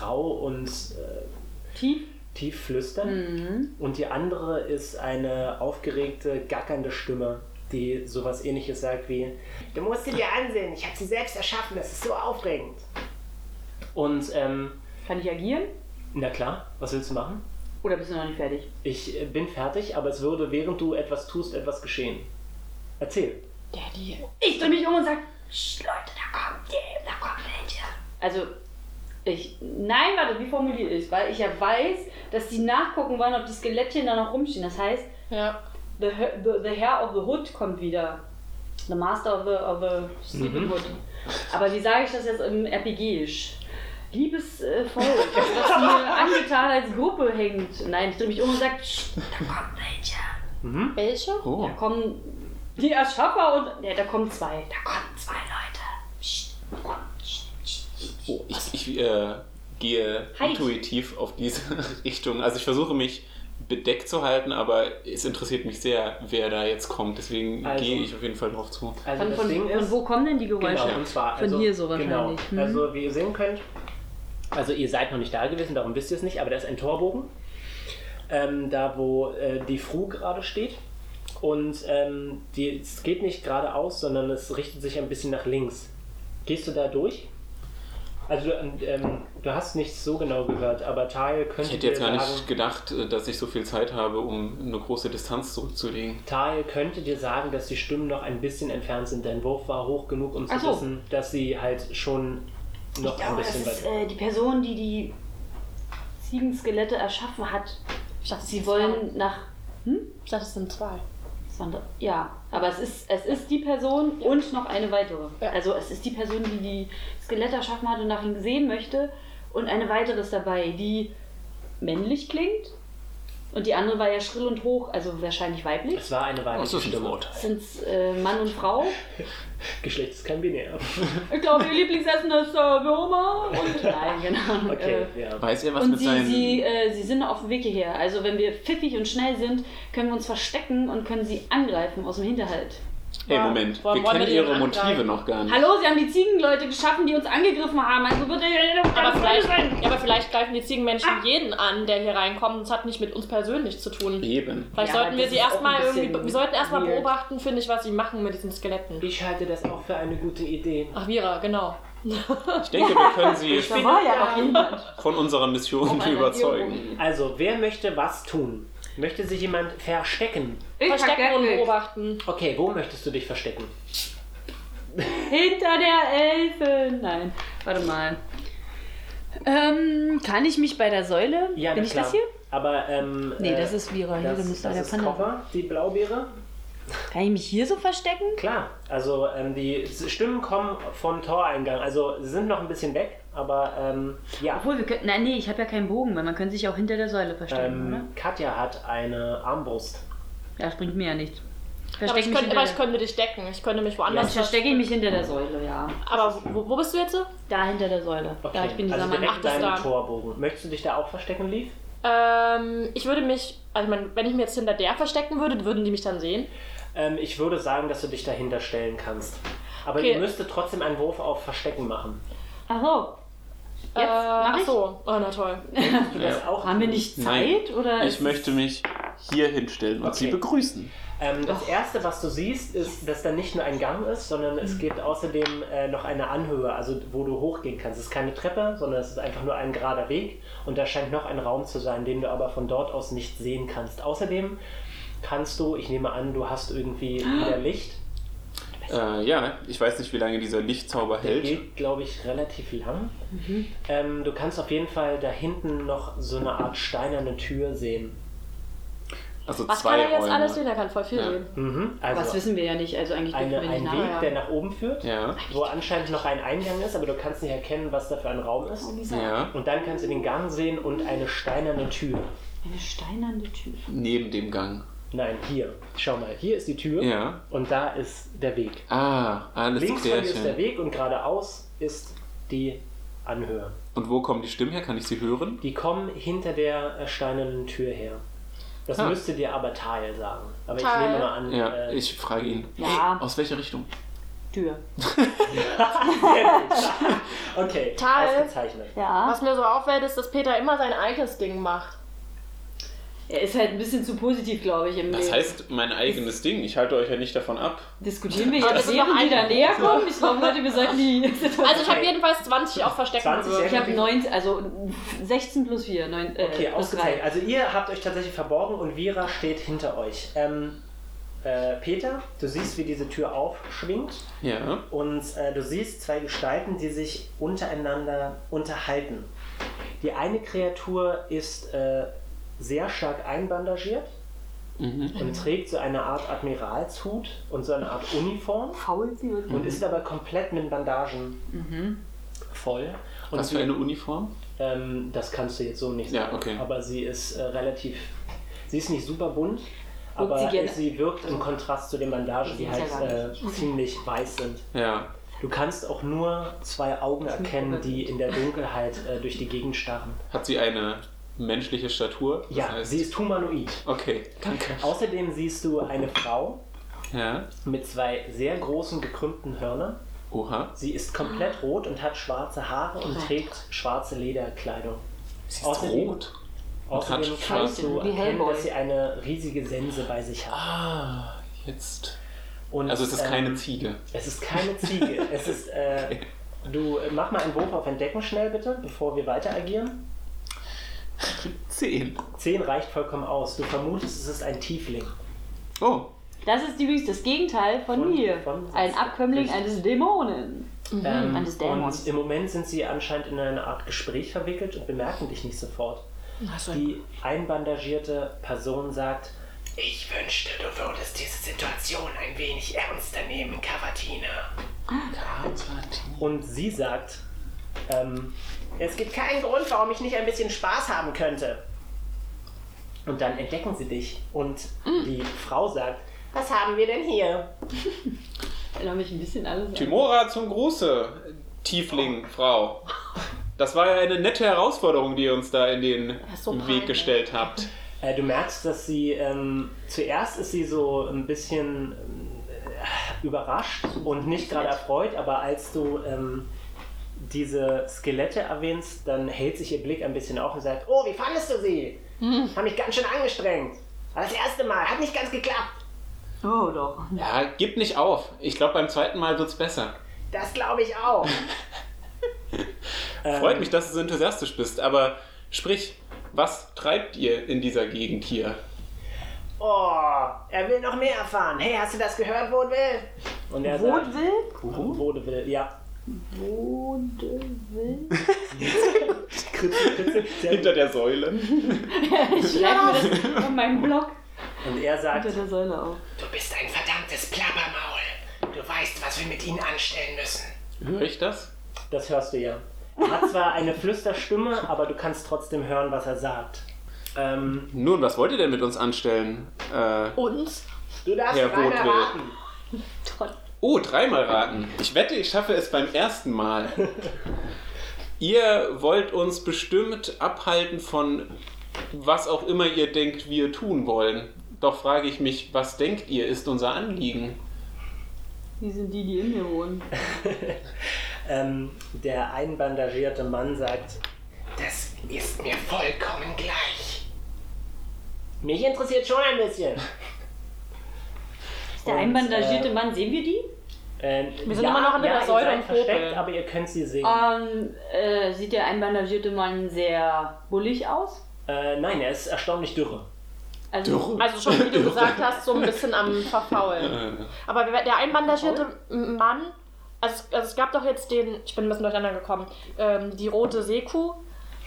[SPEAKER 4] rau und äh,
[SPEAKER 1] Tief.
[SPEAKER 4] tief flüstern.
[SPEAKER 1] Mhm.
[SPEAKER 4] Und die andere ist eine aufgeregte, gackernde Stimme, die sowas ähnliches sagt wie: Du musst sie dir ansehen, ich habe sie selbst erschaffen, das ist so aufregend. Und ähm,
[SPEAKER 1] Kann ich agieren?
[SPEAKER 4] Na klar, was willst du machen?
[SPEAKER 1] Oder bist du noch nicht fertig?
[SPEAKER 4] Ich äh, bin fertig, aber es würde, während du etwas tust, etwas geschehen. Erzähl.
[SPEAKER 2] Ja, die.
[SPEAKER 1] Ich drehe mich um und sage, Leute, da kommt die, da kommt welche. Also, ich, nein, warte, wie formuliere ich Weil ich ja weiß, dass die nachgucken wollen, ob die Skelettchen da noch rumstehen. Das heißt,
[SPEAKER 2] Ja.
[SPEAKER 1] the, he- the, the Herr of the Hood kommt wieder. The Master of the, of the Stupid
[SPEAKER 4] Mhm.
[SPEAKER 1] Hood. Aber wie sage ich das jetzt im RPG-isch? Liebes äh, Volk, das mir angetan als Gruppe hängt. Nein, ich drehe mich um und sage, da kommt welche.
[SPEAKER 4] Mhm.
[SPEAKER 2] Welche?
[SPEAKER 5] Oh.
[SPEAKER 1] Da kommen die Erschaffer und. Ja, da kommen zwei. Da kommen zwei Leute. Psst. Psst.
[SPEAKER 5] Oh, ich ich äh, gehe
[SPEAKER 1] Hi.
[SPEAKER 5] intuitiv auf diese Richtung. Also ich versuche mich bedeckt zu halten, aber es interessiert mich sehr, wer da jetzt kommt. Deswegen
[SPEAKER 4] Also.
[SPEAKER 5] gehe ich auf jeden Fall drauf zu.
[SPEAKER 4] Also
[SPEAKER 1] Von,
[SPEAKER 4] das
[SPEAKER 1] von,
[SPEAKER 4] Ding
[SPEAKER 1] von
[SPEAKER 4] ist,
[SPEAKER 1] wo kommen denn die Geräusche?
[SPEAKER 4] Genau, und zwar
[SPEAKER 6] Von
[SPEAKER 4] also,
[SPEAKER 6] hier so
[SPEAKER 4] Genau.
[SPEAKER 6] wahrscheinlich, hm?
[SPEAKER 4] Also wie ihr sehen könnt, also ihr seid noch nicht da gewesen, darum wisst ihr es nicht, aber da ist ein Torbogen, ähm, da wo äh, die Fru gerade steht. Und ähm, die, es geht nicht geradeaus, sondern es richtet sich ein bisschen nach links. Gehst du da durch? Also du, ähm, du hast nicht so genau gehört, aber Tal könnte
[SPEAKER 5] Ich hätte jetzt
[SPEAKER 4] dir
[SPEAKER 5] gar
[SPEAKER 4] sagen,
[SPEAKER 5] nicht gedacht, äh, dass ich so viel Zeit habe, um eine große Distanz zurückzulegen.
[SPEAKER 4] Tal könnte dir sagen, dass die Stimmen noch ein bisschen entfernt sind. Dein Wurf war hoch genug, um zu
[SPEAKER 1] Ach so.
[SPEAKER 4] wissen, dass sie halt schon noch ein
[SPEAKER 1] Oh, das
[SPEAKER 4] bisschen
[SPEAKER 1] ist
[SPEAKER 4] weiter.
[SPEAKER 1] äh, die Person, die die Ziegenskelette erschaffen hat.
[SPEAKER 2] Ich dachte,
[SPEAKER 1] Sie wollen nach. hm?
[SPEAKER 2] Ich dachte, es sind zwei.
[SPEAKER 1] was waren das? Ja, aber es ist, es ist die Person und noch eine weitere.
[SPEAKER 2] Ja.
[SPEAKER 1] Also es ist die Person, die die Skelette erschaffen hat und nach ihm sehen möchte. Und eine weitere ist dabei, die männlich klingt. Und die andere war ja schrill und hoch, also wahrscheinlich
[SPEAKER 6] äh,
[SPEAKER 1] weiblich.
[SPEAKER 4] Es war eine
[SPEAKER 5] Oh,
[SPEAKER 4] weibliche
[SPEAKER 5] ist das ein
[SPEAKER 4] Stimme.
[SPEAKER 5] Wort?
[SPEAKER 1] Sind es äh, Mann und Frau?
[SPEAKER 4] Geschlecht ist kein Binär.
[SPEAKER 1] Ich glaube, ihr Lieblingsessen ist äh, Würmer und nein, genau.
[SPEAKER 4] Okay,
[SPEAKER 1] Äh,
[SPEAKER 4] ja.
[SPEAKER 5] Weiß er was
[SPEAKER 1] und
[SPEAKER 5] mit
[SPEAKER 1] sie,
[SPEAKER 5] seinen...
[SPEAKER 1] sie, äh, sie sind auf dem Weg hierher. Also wenn wir pfiffig und schnell sind, können wir uns verstecken und können sie angreifen aus dem Hinterhalt.
[SPEAKER 5] Hey, Moment,
[SPEAKER 2] Warum
[SPEAKER 5] wir
[SPEAKER 2] wollen
[SPEAKER 5] kennen
[SPEAKER 2] wir den
[SPEAKER 5] ihre Motive
[SPEAKER 2] angreifen?
[SPEAKER 5] noch gar nicht.
[SPEAKER 1] Hallo, sie haben die Ziegenleute geschaffen, die uns angegriffen haben. Also bitte,
[SPEAKER 2] Aber vielleicht,
[SPEAKER 1] sein. Ah.
[SPEAKER 2] ja, aber vielleicht greifen die Ziegenmenschen jeden an, der hier reinkommt. Das hat nicht mit uns persönlich zu tun.
[SPEAKER 5] Eben.
[SPEAKER 2] Vielleicht
[SPEAKER 1] Ja,
[SPEAKER 2] sollten wir
[SPEAKER 1] das
[SPEAKER 2] sie
[SPEAKER 1] ist auch
[SPEAKER 2] erstmal
[SPEAKER 1] ein bisschen
[SPEAKER 2] irgendwie. Wir sollten erstmal
[SPEAKER 1] weird.
[SPEAKER 2] beobachten, finde ich, was sie machen mit diesen Skeletten.
[SPEAKER 4] Ich halte das auch für eine gute Idee.
[SPEAKER 2] Ach, Vira, genau.
[SPEAKER 5] Ich denke, wir können sie
[SPEAKER 1] Da war ja Oh noch jemand.
[SPEAKER 5] von unserer Mission
[SPEAKER 2] einer
[SPEAKER 5] überzeugen.
[SPEAKER 4] Also, wer möchte was tun? Möchte sich jemand verstecken?
[SPEAKER 1] Ich
[SPEAKER 2] Verstecken und
[SPEAKER 1] verstecke
[SPEAKER 2] beobachten.
[SPEAKER 4] Okay, wo möchtest du dich verstecken?
[SPEAKER 1] hinter der Elfe. Nein, warte mal.
[SPEAKER 6] Ähm, kann ich mich bei der Säule?
[SPEAKER 4] Ja,
[SPEAKER 6] Bin
[SPEAKER 4] na
[SPEAKER 6] ich
[SPEAKER 4] klar.
[SPEAKER 6] das hier?
[SPEAKER 4] Aber, ähm.
[SPEAKER 6] Nee, Äh, das ist Vira. Hier,
[SPEAKER 4] das,
[SPEAKER 6] du musst
[SPEAKER 4] das
[SPEAKER 6] an der
[SPEAKER 4] ist
[SPEAKER 6] Panne.
[SPEAKER 4] Koffer, die Blaubeere.
[SPEAKER 6] Kann ich mich hier so verstecken?
[SPEAKER 4] Klar, also ähm, die Stimmen kommen vom Toreingang. Also, sie sind noch ein bisschen weg, aber ähm, ja.
[SPEAKER 6] Obwohl, wir könnten. Nein, nee, ich habe ja keinen Bogen, weil man könnte sich auch hinter der Säule verstecken,
[SPEAKER 4] Ähm, Katja hat eine Armbrust.
[SPEAKER 6] oder? Ja, das bringt mir ja nichts.
[SPEAKER 2] Aber
[SPEAKER 6] Verstecke
[SPEAKER 2] ich,
[SPEAKER 6] mich
[SPEAKER 2] könnte,
[SPEAKER 6] hinter
[SPEAKER 2] aber ich
[SPEAKER 6] der,
[SPEAKER 2] könnte dich decken. Ich könnte mich woanders
[SPEAKER 1] Jetzt verstecke ich mich hinter der Säule, ja.
[SPEAKER 2] verstecken. Aber wo, wo bist du jetzt? so?
[SPEAKER 1] Da hinter der Säule. Ja, ich bin dieser
[SPEAKER 4] also
[SPEAKER 1] Mann.
[SPEAKER 4] direkt
[SPEAKER 2] das
[SPEAKER 4] deinem
[SPEAKER 2] da.
[SPEAKER 4] Torbogen. Möchtest du dich da auch verstecken, Leaf?
[SPEAKER 2] Ähm, ich würde mich. Also, ich meine, wenn ich mich jetzt hinter der verstecken würde, würden die mich dann sehen.
[SPEAKER 4] Ähm, ich würde sagen, dass du dich dahinter stellen kannst. Aber
[SPEAKER 2] Okay.
[SPEAKER 4] ihr müsstet trotzdem einen Wurf auf Verstecken machen.
[SPEAKER 1] Ach so. Jetzt?
[SPEAKER 2] äh,
[SPEAKER 1] mach
[SPEAKER 2] ach
[SPEAKER 1] ich?
[SPEAKER 2] so. Oh, na toll.
[SPEAKER 4] Du das auch
[SPEAKER 1] Haben wir nicht
[SPEAKER 5] Nein.
[SPEAKER 1] Zeit? Oder ist
[SPEAKER 5] Ich möchte mich hier hinstellen und
[SPEAKER 4] Okay.
[SPEAKER 5] sie begrüßen.
[SPEAKER 4] Ähm, das erste, was du siehst, ist, dass da nicht nur ein Gang ist, sondern es gibt außerdem äh, noch eine Anhöhe, also wo du hochgehen kannst. Es ist keine Treppe, sondern es ist einfach nur ein gerader Weg und da scheint noch ein Raum zu sein, den du aber von dort aus nicht sehen kannst. Außerdem kannst du, ich nehme an, du hast irgendwie wieder Licht.
[SPEAKER 5] Äh, ja, ich weiß nicht, wie lange dieser Lichtzauber
[SPEAKER 4] Der
[SPEAKER 5] hält.
[SPEAKER 4] geht, glaube ich, relativ lang. Ähm, du kannst auf jeden Fall da hinten noch so eine Art steinerne Tür sehen.
[SPEAKER 5] Also
[SPEAKER 2] Was kann
[SPEAKER 5] zwei
[SPEAKER 2] er jetzt
[SPEAKER 5] Räume.
[SPEAKER 2] alles sehen? Er kann voll viel
[SPEAKER 5] Ja.
[SPEAKER 2] sehen.
[SPEAKER 1] Hm?
[SPEAKER 4] Mhm. Also
[SPEAKER 1] Was wissen wir ja nicht. Also eigentlich dürfen
[SPEAKER 4] eine,
[SPEAKER 1] wir nicht
[SPEAKER 4] ein
[SPEAKER 1] nachher.
[SPEAKER 4] Weg, der nach oben führt,
[SPEAKER 5] Ja,
[SPEAKER 4] wo anscheinend noch ein Eingang ist, aber du kannst nicht erkennen, was da für ein Raum ist.
[SPEAKER 5] ja.
[SPEAKER 4] Und dann kannst du den Gang sehen und eine steinerne Tür.
[SPEAKER 1] Eine steinerne Tür.
[SPEAKER 5] Neben dem Gang.
[SPEAKER 4] Nein, hier. Schau mal, hier ist die Tür
[SPEAKER 5] Ja.
[SPEAKER 4] und da ist der Weg.
[SPEAKER 5] Ah, alles
[SPEAKER 4] Links von dir ist der
[SPEAKER 5] klärchen.
[SPEAKER 4] Weg und geradeaus ist die Anhöhe.
[SPEAKER 5] Und wo kommen die Stimmen her? Kann ich sie hören?
[SPEAKER 4] Die kommen hinter der äh, steinernen Tür her. Das
[SPEAKER 5] Ah.
[SPEAKER 4] müsste dir aber Tal sagen. Aber ich
[SPEAKER 2] Tal.
[SPEAKER 4] nehme mal an,
[SPEAKER 5] Ja,
[SPEAKER 4] äh,
[SPEAKER 5] ich frage ihn.
[SPEAKER 1] Ja.
[SPEAKER 5] Hey, aus welcher Richtung?
[SPEAKER 1] Tür.
[SPEAKER 4] okay,
[SPEAKER 2] Tal.
[SPEAKER 4] ausgezeichnet.
[SPEAKER 1] Ja.
[SPEAKER 2] Was mir so auffällt, ist, dass Peter immer sein eigenes Ding macht.
[SPEAKER 1] Er ist halt ein bisschen zu positiv, glaube ich, im
[SPEAKER 5] Das
[SPEAKER 1] Leben.
[SPEAKER 5] heißt, mein eigenes Ding. Ich halte euch ja nicht davon ab.
[SPEAKER 1] Diskutieren wir
[SPEAKER 2] Aber
[SPEAKER 1] hier
[SPEAKER 2] das ist
[SPEAKER 1] Serien,
[SPEAKER 2] noch
[SPEAKER 1] die da
[SPEAKER 2] ein-
[SPEAKER 1] näher kommen? Ich glaube, Leute, wir sollten die.
[SPEAKER 2] Also ich habe jedenfalls 20 auf Verstecken
[SPEAKER 4] 20
[SPEAKER 2] gewürfelt.
[SPEAKER 1] Ich habe 19, also 16 plus 4, 9, äh,
[SPEAKER 4] Okay,
[SPEAKER 1] plus
[SPEAKER 4] ausgezeichnet.
[SPEAKER 1] 3.
[SPEAKER 4] Also ihr habt euch tatsächlich verborgen und Vera steht hinter euch. Ähm, äh, Peter, du siehst, wie diese Tür aufschwingt
[SPEAKER 5] Ja.
[SPEAKER 4] und äh, du siehst zwei Gestalten, die sich untereinander unterhalten. Die eine Kreatur ist äh, sehr stark einbandagiert
[SPEAKER 5] Mhm.
[SPEAKER 4] und trägt so eine Art Admiralshut und so eine Art Uniform
[SPEAKER 1] Faul sie und
[SPEAKER 5] Mhm.
[SPEAKER 4] und ist aber komplett mit Bandagen voll. Und
[SPEAKER 5] Was für eine Uniform?
[SPEAKER 4] ähm, das kannst du jetzt so nicht
[SPEAKER 5] Ja,
[SPEAKER 4] sagen.
[SPEAKER 5] okay.
[SPEAKER 4] Aber sie ist äh, relativ. Sie ist nicht super bunt, aber
[SPEAKER 1] sie gerne-
[SPEAKER 4] sie wirkt im Kontrast zu den Bandagen, die
[SPEAKER 1] sind
[SPEAKER 4] halt
[SPEAKER 1] ja gar
[SPEAKER 4] äh, ziemlich weiß sind.
[SPEAKER 5] Ja.
[SPEAKER 4] Du kannst auch nur zwei Augen erkennen, die in der Dunkelheit äh, durch die Gegend starren.
[SPEAKER 5] Hat sie eine menschliche Statur? Das
[SPEAKER 4] Ja,
[SPEAKER 5] heißt-
[SPEAKER 4] sie ist humanoid.
[SPEAKER 5] Okay, danke.
[SPEAKER 4] Außerdem siehst du eine Frau
[SPEAKER 5] Ja.
[SPEAKER 4] mit zwei sehr großen gekrümmten Hörnern.
[SPEAKER 5] Oha.
[SPEAKER 4] Sie ist komplett rot und hat schwarze Haare und trägt schwarze Lederkleidung.
[SPEAKER 5] Sie ist
[SPEAKER 4] Außerdem-
[SPEAKER 5] rot.
[SPEAKER 4] Außerdem
[SPEAKER 5] hat
[SPEAKER 4] kannst
[SPEAKER 5] schwarze-
[SPEAKER 4] du
[SPEAKER 1] Wie
[SPEAKER 4] erkennen,
[SPEAKER 1] Hellboy.
[SPEAKER 4] dass sie eine riesige Sense bei sich hat.
[SPEAKER 5] Ah, jetzt.
[SPEAKER 4] Und,
[SPEAKER 5] Also es ist
[SPEAKER 4] ähm,
[SPEAKER 5] keine Ziege.
[SPEAKER 4] Es ist keine Ziege. es ist. Äh, Du äh, mach mal einen Wurf auf Entdecken schnell bitte, bevor wir weiter agieren.
[SPEAKER 5] Zehn.
[SPEAKER 4] Zehn reicht vollkommen aus. Du vermutest, es ist ein Tiefling.
[SPEAKER 5] Oh,
[SPEAKER 1] Das ist übrigens das Gegenteil von,
[SPEAKER 4] Von-
[SPEAKER 1] mir.
[SPEAKER 4] von-
[SPEAKER 1] Ein Abkömmling eines Dämonen.
[SPEAKER 4] Ähm,
[SPEAKER 1] eines Dämons.
[SPEAKER 4] Und im Moment sind sie anscheinend in eine Art Gespräch verwickelt und bemerken dich nicht sofort. Die einbandagierte Person sagt, ich wünschte, du würdest diese Situation ein wenig ernster nehmen, Cavatine. Und sie sagt, ähm, es gibt keinen Grund, warum ich nicht ein bisschen Spaß haben könnte. Und dann entdecken sie dich und die Frau sagt, was haben wir denn hier?
[SPEAKER 1] Erinnert mich ein bisschen alles an.
[SPEAKER 5] Timora zum Gruße, Tiefling, Frau. Das war ja eine nette Herausforderung, die ihr uns da in den
[SPEAKER 2] ist so
[SPEAKER 5] Weg
[SPEAKER 2] peinlich.
[SPEAKER 5] gestellt habt.
[SPEAKER 4] Äh, du merkst, dass sie ähm, zuerst ist sie so ein bisschen äh, überrascht und nicht gerade erfreut, aber als du ähm, diese Skelette erwähnst, dann hält sich ihr Blick ein bisschen auf und sagt, oh, wie fandest du sie? Hab mich ganz schön angestrengt. War das erste Mal, hat nicht ganz geklappt.
[SPEAKER 1] Oh doch.
[SPEAKER 5] Ja, gib nicht auf. Ich glaube, beim zweiten Mal wird's besser.
[SPEAKER 4] Das glaube ich auch.
[SPEAKER 5] Freut mich, dass du so enthusiastisch bist, aber sprich, was treibt ihr in dieser Gegend hier?
[SPEAKER 4] Oh, er will noch mehr erfahren. Hey, hast du das gehört, Wohnwill? Und er sagt,
[SPEAKER 1] Wodewill?
[SPEAKER 4] Wodewill, ja.
[SPEAKER 1] Wodewill?
[SPEAKER 5] Hinter der Säule.
[SPEAKER 1] Ich schreibe mir das auf meinem Blog
[SPEAKER 4] Und er sagt,
[SPEAKER 1] unter der Säule auf.
[SPEAKER 3] Du bist ein verdammtes Plappermaul. Du weißt, was wir mit ihnen anstellen müssen.
[SPEAKER 5] Höre ich das?
[SPEAKER 4] Das hörst du ja. Er hat zwar eine Flüsterstimme, aber du kannst trotzdem hören, was er sagt. Ähm,
[SPEAKER 5] Nun, was wollt ihr denn mit uns anstellen? Äh,
[SPEAKER 2] Uns?
[SPEAKER 4] du darfst
[SPEAKER 5] Herr
[SPEAKER 4] dreimal
[SPEAKER 5] Rothwild.
[SPEAKER 4] raten.
[SPEAKER 5] Oh, dreimal raten. Ich wette, ich schaffe es beim ersten Mal. ihr wollt uns bestimmt abhalten von was auch immer ihr denkt, wir tun wollen. Doch frage ich mich, was denkt ihr, ist unser Anliegen?
[SPEAKER 1] Die sind die, die in mir wohnen.
[SPEAKER 4] Ähm, der einbandagierte Mann sagt,
[SPEAKER 3] Das ist mir vollkommen gleich.
[SPEAKER 4] mich interessiert schon ein bisschen.
[SPEAKER 1] Der
[SPEAKER 4] Und,
[SPEAKER 1] einbandagierte
[SPEAKER 4] äh,
[SPEAKER 1] Mann, sehen wir die?
[SPEAKER 4] Ähm,
[SPEAKER 2] Wir sind immer noch hinter
[SPEAKER 4] ja,
[SPEAKER 2] der Ah. Säule
[SPEAKER 4] ihr seid
[SPEAKER 2] und Popel.
[SPEAKER 4] versteckt, aber ihr könnt sie sehen.
[SPEAKER 1] Ähm, äh, sieht der einbandagierte Mann sehr bullig aus?
[SPEAKER 4] Äh, nein, er ist erstaunlich dürre.
[SPEAKER 1] Also,
[SPEAKER 2] Also schon, wie du gesagt hast, so ein bisschen am
[SPEAKER 5] Äh,
[SPEAKER 2] Verfaulen. Aber wer- der einbandagierte Mann, also, es- also es gab doch jetzt den, ich bin ein bisschen durcheinander gekommen, ähm, die rote Seekuh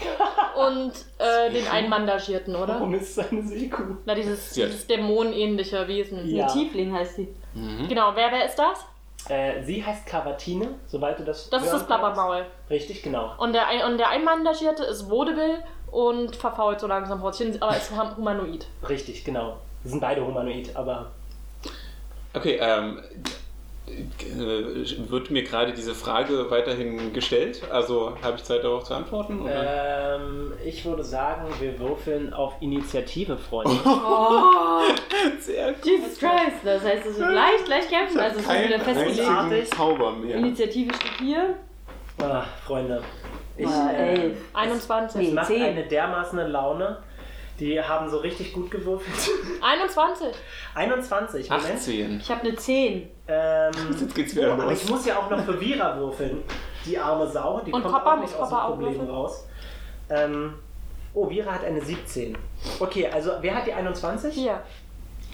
[SPEAKER 2] und äh, den einbandagierten, oder?
[SPEAKER 4] ist seine Seekuh?
[SPEAKER 2] Na, dieses,
[SPEAKER 5] Ja.
[SPEAKER 2] dieses dämonenähnliche Wesen.
[SPEAKER 1] Eine
[SPEAKER 4] Ja.
[SPEAKER 1] Tiefling heißt sie.
[SPEAKER 2] Genau, wer, wer ist das?
[SPEAKER 4] Äh, sie heißt Cavatine, sobald du das.
[SPEAKER 2] Das ist
[SPEAKER 4] hören
[SPEAKER 2] das Plappermaul.
[SPEAKER 4] kannst. Richtig, genau.
[SPEAKER 2] Und der, ein, und der einbandagierte ist Vaudeville und verfault so langsam vor sich hin, aber ist hum- humanoid.
[SPEAKER 4] Richtig, genau. Sie sind beide humanoid, aber
[SPEAKER 5] Okay, ähm, äh, wird mir gerade diese Frage weiterhin gestellt? Also habe ich Zeit darauf zu antworten? Oder?
[SPEAKER 2] Äh,
[SPEAKER 4] Ähm, ich würde sagen, wir würfeln auf Initiative, Freunde.
[SPEAKER 5] Sehr gut.
[SPEAKER 1] Jesus Christ, das heißt, es wird leicht, leicht kämpfen. Also, es ist wieder festgelegt.
[SPEAKER 5] einzigen Zauber mehr.
[SPEAKER 1] Initiative steht hier.
[SPEAKER 4] Ah, Freunde. Ich,
[SPEAKER 1] Ah,
[SPEAKER 4] äh,
[SPEAKER 1] elf.
[SPEAKER 4] es
[SPEAKER 2] 21.
[SPEAKER 4] macht
[SPEAKER 1] zehn.
[SPEAKER 4] eine dermaßen Laune. Die haben so richtig gut gewürfelt.
[SPEAKER 2] 21.
[SPEAKER 4] 21, Moment.
[SPEAKER 5] 18.
[SPEAKER 1] Ich habe eine 10.
[SPEAKER 4] Ähm,
[SPEAKER 5] Jetzt geht's
[SPEAKER 4] oh,
[SPEAKER 5] wieder
[SPEAKER 4] aber
[SPEAKER 5] los.
[SPEAKER 4] ich muss ja auch noch für Vira würfeln. Die arme Sau, die
[SPEAKER 2] Und
[SPEAKER 4] kommt
[SPEAKER 2] Papa
[SPEAKER 4] auch nicht
[SPEAKER 2] muss
[SPEAKER 4] aus dem
[SPEAKER 2] Papa auch
[SPEAKER 4] Problem
[SPEAKER 2] würfeln?
[SPEAKER 4] raus. Ähm, oh, Vira hat eine 17. Okay, also wer hat die 21?
[SPEAKER 2] Hier.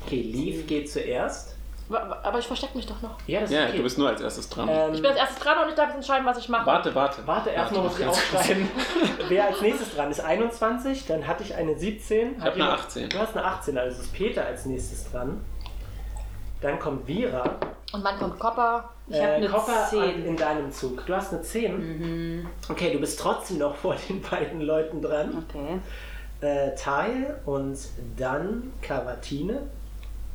[SPEAKER 4] Okay, Leaf geht zuerst.
[SPEAKER 2] Wa- wa- Aber ich verstecke mich doch noch.
[SPEAKER 4] Ja, das ist
[SPEAKER 5] Ja,
[SPEAKER 4] okay.
[SPEAKER 5] du bist nur als erstes dran.
[SPEAKER 4] ähm,
[SPEAKER 2] Ich bin als erstes dran und ich darf jetzt entscheiden, was ich mache.
[SPEAKER 5] warte, warte.
[SPEAKER 4] Warte, erstmal muss ich aufschreiben. Wer als nächstes dran ist? 21, dann hatte ich eine 17.
[SPEAKER 5] Ich
[SPEAKER 4] Hat
[SPEAKER 5] hab eine
[SPEAKER 4] jemand-
[SPEAKER 5] 18.
[SPEAKER 4] Du hast eine 18, also ist Peter als nächstes dran. Dann kommt Vira.
[SPEAKER 2] Und wann kommt Copper?
[SPEAKER 1] Ich habe eine
[SPEAKER 4] Copper
[SPEAKER 1] 10.
[SPEAKER 4] Äh, in deinem Zug. Du hast eine 10.
[SPEAKER 2] Mhm.
[SPEAKER 4] Okay, du bist trotzdem noch vor den beiden Leuten dran.
[SPEAKER 1] Okay.
[SPEAKER 4] Äh, Teil und dann Cavatine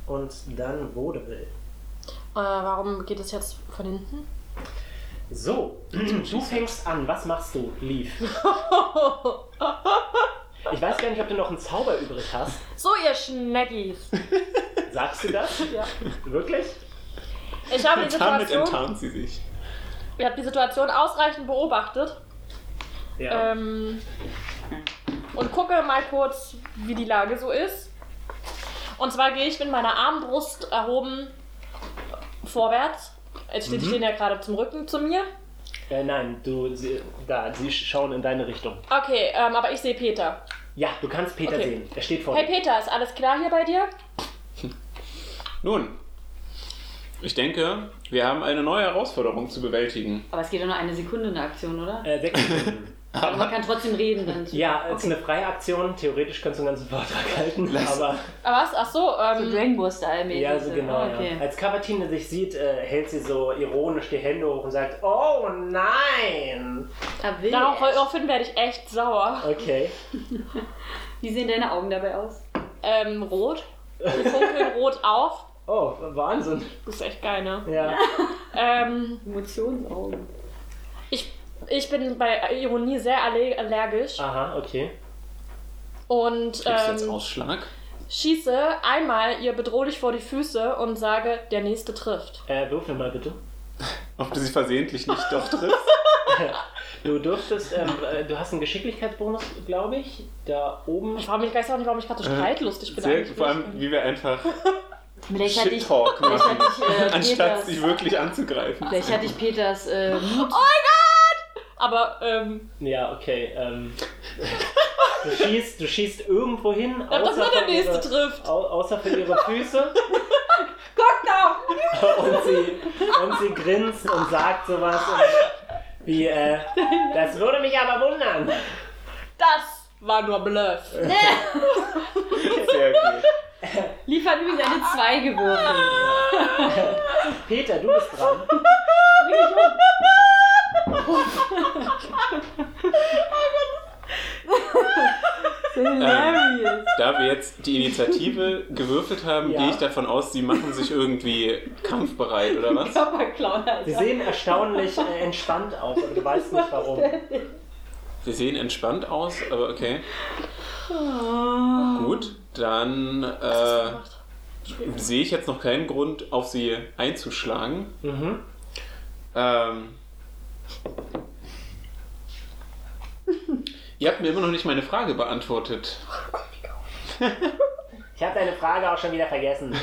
[SPEAKER 4] und dann Vaudeville.
[SPEAKER 2] Äh, warum geht es jetzt von hinten?
[SPEAKER 4] So, du fängst an. Was machst du, Leaf? Ich weiß gar nicht, ob du noch einen Zauber übrig hast.
[SPEAKER 2] So, ihr Schneckies.
[SPEAKER 4] Sagst du das?
[SPEAKER 2] Ja.
[SPEAKER 4] Wirklich?
[SPEAKER 2] Ich habe die
[SPEAKER 5] Damit
[SPEAKER 2] Situation,
[SPEAKER 5] enttarnt sie sich.
[SPEAKER 2] ich habe die Situation ausreichend beobachtet
[SPEAKER 4] Ja.
[SPEAKER 2] ähm, und gucke mal kurz, wie die Lage so ist. Und zwar gehe ich mit meiner Armbrust erhoben vorwärts. Jetzt steht, die
[SPEAKER 5] Mhm.
[SPEAKER 2] stehen ja gerade zum Rücken zu mir.
[SPEAKER 4] Äh, nein, du, sie, da, sie schauen in deine Richtung.
[SPEAKER 2] Okay, ähm, aber ich sehe Peter.
[SPEAKER 4] Ja, du kannst Peter
[SPEAKER 2] Okay.
[SPEAKER 4] sehen. Er steht vor
[SPEAKER 2] Hey
[SPEAKER 4] dir.
[SPEAKER 2] Peter, ist alles klar hier bei dir?
[SPEAKER 5] Nun, ich denke, wir haben eine neue Herausforderung zu bewältigen.
[SPEAKER 1] Aber es geht doch nur eine Sekunde in der Aktion, oder?
[SPEAKER 4] Äh, sechs Minuten.
[SPEAKER 1] Aber man kann trotzdem reden dann.
[SPEAKER 4] ja, es ist eine freie Aktion. Theoretisch kannst du einen ganzen Vortrag halten. aber
[SPEAKER 2] Ah, Was? Ach so,
[SPEAKER 1] So
[SPEAKER 2] ähm,
[SPEAKER 1] Dragon Ball Style mäßig.
[SPEAKER 4] ja, so genau.
[SPEAKER 1] Ah, okay.
[SPEAKER 4] Ja. Als Cavatine sich sieht, äh, hält sie so ironisch die Hände hoch und sagt, oh nein.
[SPEAKER 1] Da will
[SPEAKER 2] darauf-
[SPEAKER 1] er.
[SPEAKER 2] daraufhin werde ich echt sauer.
[SPEAKER 4] Okay.
[SPEAKER 1] Wie sehen deine Augen dabei aus?
[SPEAKER 2] Ähm, rot. Die funkeln rot auf.
[SPEAKER 4] Oh, Wahnsinn.
[SPEAKER 2] Das ist echt geil, ne?
[SPEAKER 4] Ja.
[SPEAKER 2] Ähm,
[SPEAKER 1] Emotionsaugen.
[SPEAKER 2] ich, ich bin bei Ironie sehr alle- allergisch
[SPEAKER 4] Aha, okay.
[SPEAKER 2] und
[SPEAKER 5] Kriegst du jetzt
[SPEAKER 2] ähm,
[SPEAKER 5] Ausschlag?
[SPEAKER 2] schieße einmal ihr bedrohlich vor die Füße und sage, der nächste trifft.
[SPEAKER 4] Äh, würfel mal bitte.
[SPEAKER 5] Ob du sie versehentlich nicht doch triffst?
[SPEAKER 4] Du dürftest, ähm, äh, du hast einen Geschicklichkeitsbonus, glaube ich, da oben.
[SPEAKER 2] Ich frage mich gleich auch nicht, warum ich gerade so
[SPEAKER 5] Äh,
[SPEAKER 2] streitlustig bin.
[SPEAKER 5] Sehr,
[SPEAKER 2] eigentlich.
[SPEAKER 5] vor allem, wie wir einfach
[SPEAKER 1] Vielleicht hatte ich,
[SPEAKER 5] Shit-Talk
[SPEAKER 1] vielleicht
[SPEAKER 5] machen,
[SPEAKER 1] hatte ich, äh,
[SPEAKER 5] anstatt
[SPEAKER 1] Peters-
[SPEAKER 5] sich wirklich anzugreifen.
[SPEAKER 1] vielleicht hatte ich Peters äh, Mut.
[SPEAKER 2] Oh Aber ähm,
[SPEAKER 4] Ja, okay. Ähm, du, schießt, du schießt irgendwo hin,
[SPEAKER 2] ja, dass
[SPEAKER 4] außer,
[SPEAKER 2] nur der
[SPEAKER 4] für
[SPEAKER 2] nächste
[SPEAKER 4] ihre,
[SPEAKER 2] trifft.
[SPEAKER 4] au, außer für ihre Füße.
[SPEAKER 2] Guck da!
[SPEAKER 4] und, sie, und sie grinst und sagt sowas und, wie, äh, das würde mich aber wundern.
[SPEAKER 2] Das war nur Bluff.
[SPEAKER 5] Äh, Sehr gut.
[SPEAKER 1] Liefert übrigens eine 2 gewürfelt.
[SPEAKER 4] Peter, du bist dran.
[SPEAKER 1] um. Oh Hilarious.
[SPEAKER 5] Da wir jetzt die Initiative gewürfelt haben,
[SPEAKER 4] Ja.
[SPEAKER 5] gehe ich davon aus, sie machen sich irgendwie kampfbereit, oder was?
[SPEAKER 1] Körperklauen,
[SPEAKER 4] Sie
[SPEAKER 1] Alter.
[SPEAKER 4] sehen erstaunlich äh, entspannt aus, aber du weißt nicht warum.
[SPEAKER 5] Sie sehen entspannt aus, aber okay. Gut, dann äh, sehe ich jetzt noch keinen Grund, auf sie einzuschlagen.
[SPEAKER 4] Mhm.
[SPEAKER 5] Ähm, ihr habt mir immer noch nicht meine Frage beantwortet.
[SPEAKER 4] Ich habe deine Frage auch schon wieder vergessen.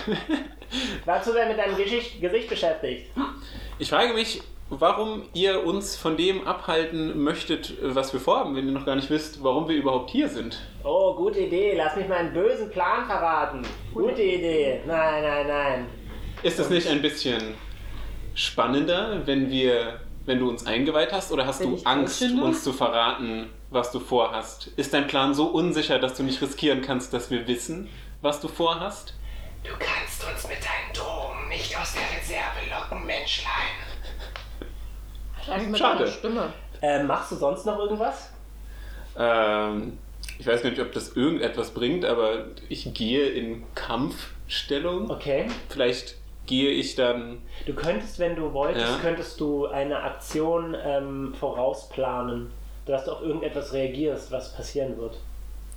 [SPEAKER 4] War zu sehr mit deinem Geschicht Gesicht beschäftigt.
[SPEAKER 5] Ich frage mich, warum ihr uns von dem abhalten möchtet, was wir vorhaben, wenn ihr noch gar nicht wisst, warum wir überhaupt hier sind.
[SPEAKER 4] Oh, gute Idee. Lass mich meinen bösen Plan verraten. Gute Idee. Nein, nein, nein.
[SPEAKER 5] Ist es nicht ein bisschen spannender, wenn wir, wenn du uns eingeweiht hast, oder hast
[SPEAKER 1] Wenn
[SPEAKER 5] du
[SPEAKER 1] ich
[SPEAKER 5] Angst,
[SPEAKER 1] Deutsche, ne?
[SPEAKER 5] uns zu verraten, was du vorhast? Ist dein Plan so unsicher, dass du nicht riskieren kannst, dass wir wissen, was du vorhast?
[SPEAKER 3] Du kannst uns mit deinen Drohungen nicht aus der Reserve locken, Menschlein.
[SPEAKER 2] Eigentlich mit
[SPEAKER 5] Schade.
[SPEAKER 2] meiner Stimme.
[SPEAKER 4] Äh, machst du sonst noch irgendwas?
[SPEAKER 5] Ähm, ich weiß gar nicht, ob das irgendetwas bringt, aber ich gehe in Kampfstellung.
[SPEAKER 4] Okay.
[SPEAKER 5] Vielleicht gehe ich dann.
[SPEAKER 4] Du könntest, wenn du wolltest,
[SPEAKER 5] Ja.
[SPEAKER 4] könntest du eine Aktion ähm, vorausplanen, dass du auf irgendetwas reagierst, was passieren wird.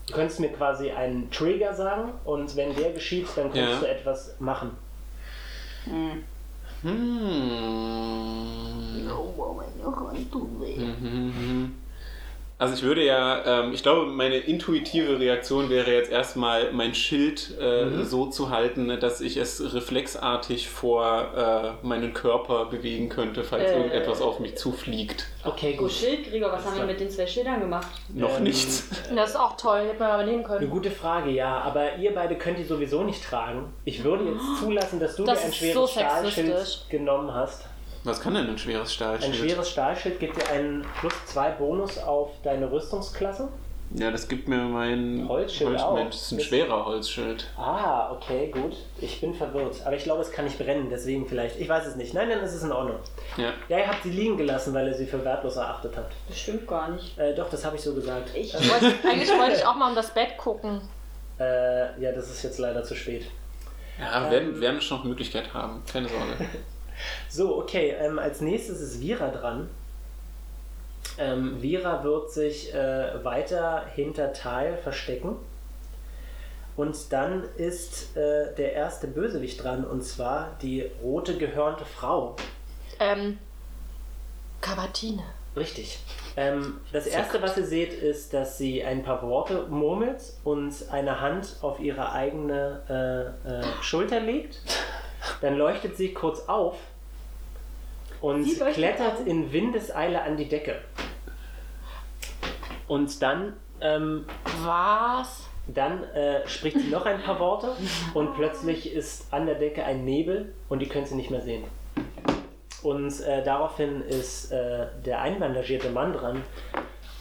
[SPEAKER 4] Du könntest mir quasi einen Trigger sagen und wenn der geschieht, dann könntest du
[SPEAKER 5] Ja.
[SPEAKER 4] etwas machen.
[SPEAKER 5] Hm. Also ich würde ja, ähm, ich glaube, meine intuitive Reaktion wäre jetzt erstmal, mein Schild äh,
[SPEAKER 4] Mhm.
[SPEAKER 5] so zu halten, ne, dass ich es reflexartig vor äh, meinen Körper bewegen könnte, falls
[SPEAKER 1] Äh.
[SPEAKER 5] irgendetwas auf mich zufliegt.
[SPEAKER 4] Okay,
[SPEAKER 1] Oh,
[SPEAKER 4] gut.
[SPEAKER 1] Schildkrieger, was haben wir mit den zwei Schildern gemacht?
[SPEAKER 5] Noch
[SPEAKER 4] Ähm,
[SPEAKER 5] nichts.
[SPEAKER 2] Das ist auch toll, hätte man aber nehmen
[SPEAKER 4] Eine
[SPEAKER 2] können.
[SPEAKER 4] gute Frage, ja. Aber ihr beide könnt die sowieso nicht tragen. Ich würde jetzt zulassen, dass du
[SPEAKER 2] Oh. Das
[SPEAKER 4] dir ein
[SPEAKER 2] ist so
[SPEAKER 4] schweres Stahlschild
[SPEAKER 2] sexistisch.
[SPEAKER 4] genommen hast.
[SPEAKER 5] Was kann denn ein schweres
[SPEAKER 4] Ein
[SPEAKER 5] Stahlschild?
[SPEAKER 4] schweres Stahlschild gibt dir einen plus 2 Bonus auf deine Rüstungsklasse.
[SPEAKER 5] ja, das gibt mir mein
[SPEAKER 4] Holzschild
[SPEAKER 5] Holz-
[SPEAKER 4] auch.
[SPEAKER 5] Mensch, Das ist ein
[SPEAKER 4] Das-
[SPEAKER 5] schwerer Holzschild.
[SPEAKER 4] Ah, okay, gut. Ich bin verwirrt. Aber ich glaube, es kann nicht brennen, deswegen vielleicht. Ich weiß es nicht. Nein, dann ist es in Ordnung.
[SPEAKER 5] Ja.
[SPEAKER 4] Ja, ihr habt sie liegen gelassen, weil ihr sie für wertlos erachtet habt.
[SPEAKER 1] Das stimmt gar nicht.
[SPEAKER 4] Äh, doch, das habe ich so gesagt.
[SPEAKER 1] Ich-
[SPEAKER 4] Äh,
[SPEAKER 2] Wollte- Eigentlich wollte ich auch mal um das Bett gucken.
[SPEAKER 4] äh, ja, das ist jetzt leider zu spät.
[SPEAKER 5] Ja, wir
[SPEAKER 4] Ähm.
[SPEAKER 5] werden, werden schon noch Möglichkeit haben. Keine Sorge.
[SPEAKER 4] So, okay. Ähm, als nächstes ist Vera dran. Ähm, Vera wird sich äh, weiter hinter Tal verstecken. Und dann ist äh, der erste Bösewicht dran, und zwar die rote gehörnte Frau.
[SPEAKER 2] Ähm, Kabatine.
[SPEAKER 4] Richtig. Ähm, das erste, was ihr seht, ist, dass sie ein paar Worte murmelt und eine Hand auf ihre eigene äh, äh, Schulter legt. Dann leuchtet sie kurz auf und
[SPEAKER 1] Sie leuchtet
[SPEAKER 4] klettert
[SPEAKER 1] auf.
[SPEAKER 4] in Windeseile an die Decke. Und dann, ähm,
[SPEAKER 2] Was?
[SPEAKER 4] dann äh, spricht sie noch ein paar Worte und plötzlich ist an der Decke ein Nebel und die können sie nicht mehr sehen. Und äh, daraufhin ist äh, der einbandagierte Mann dran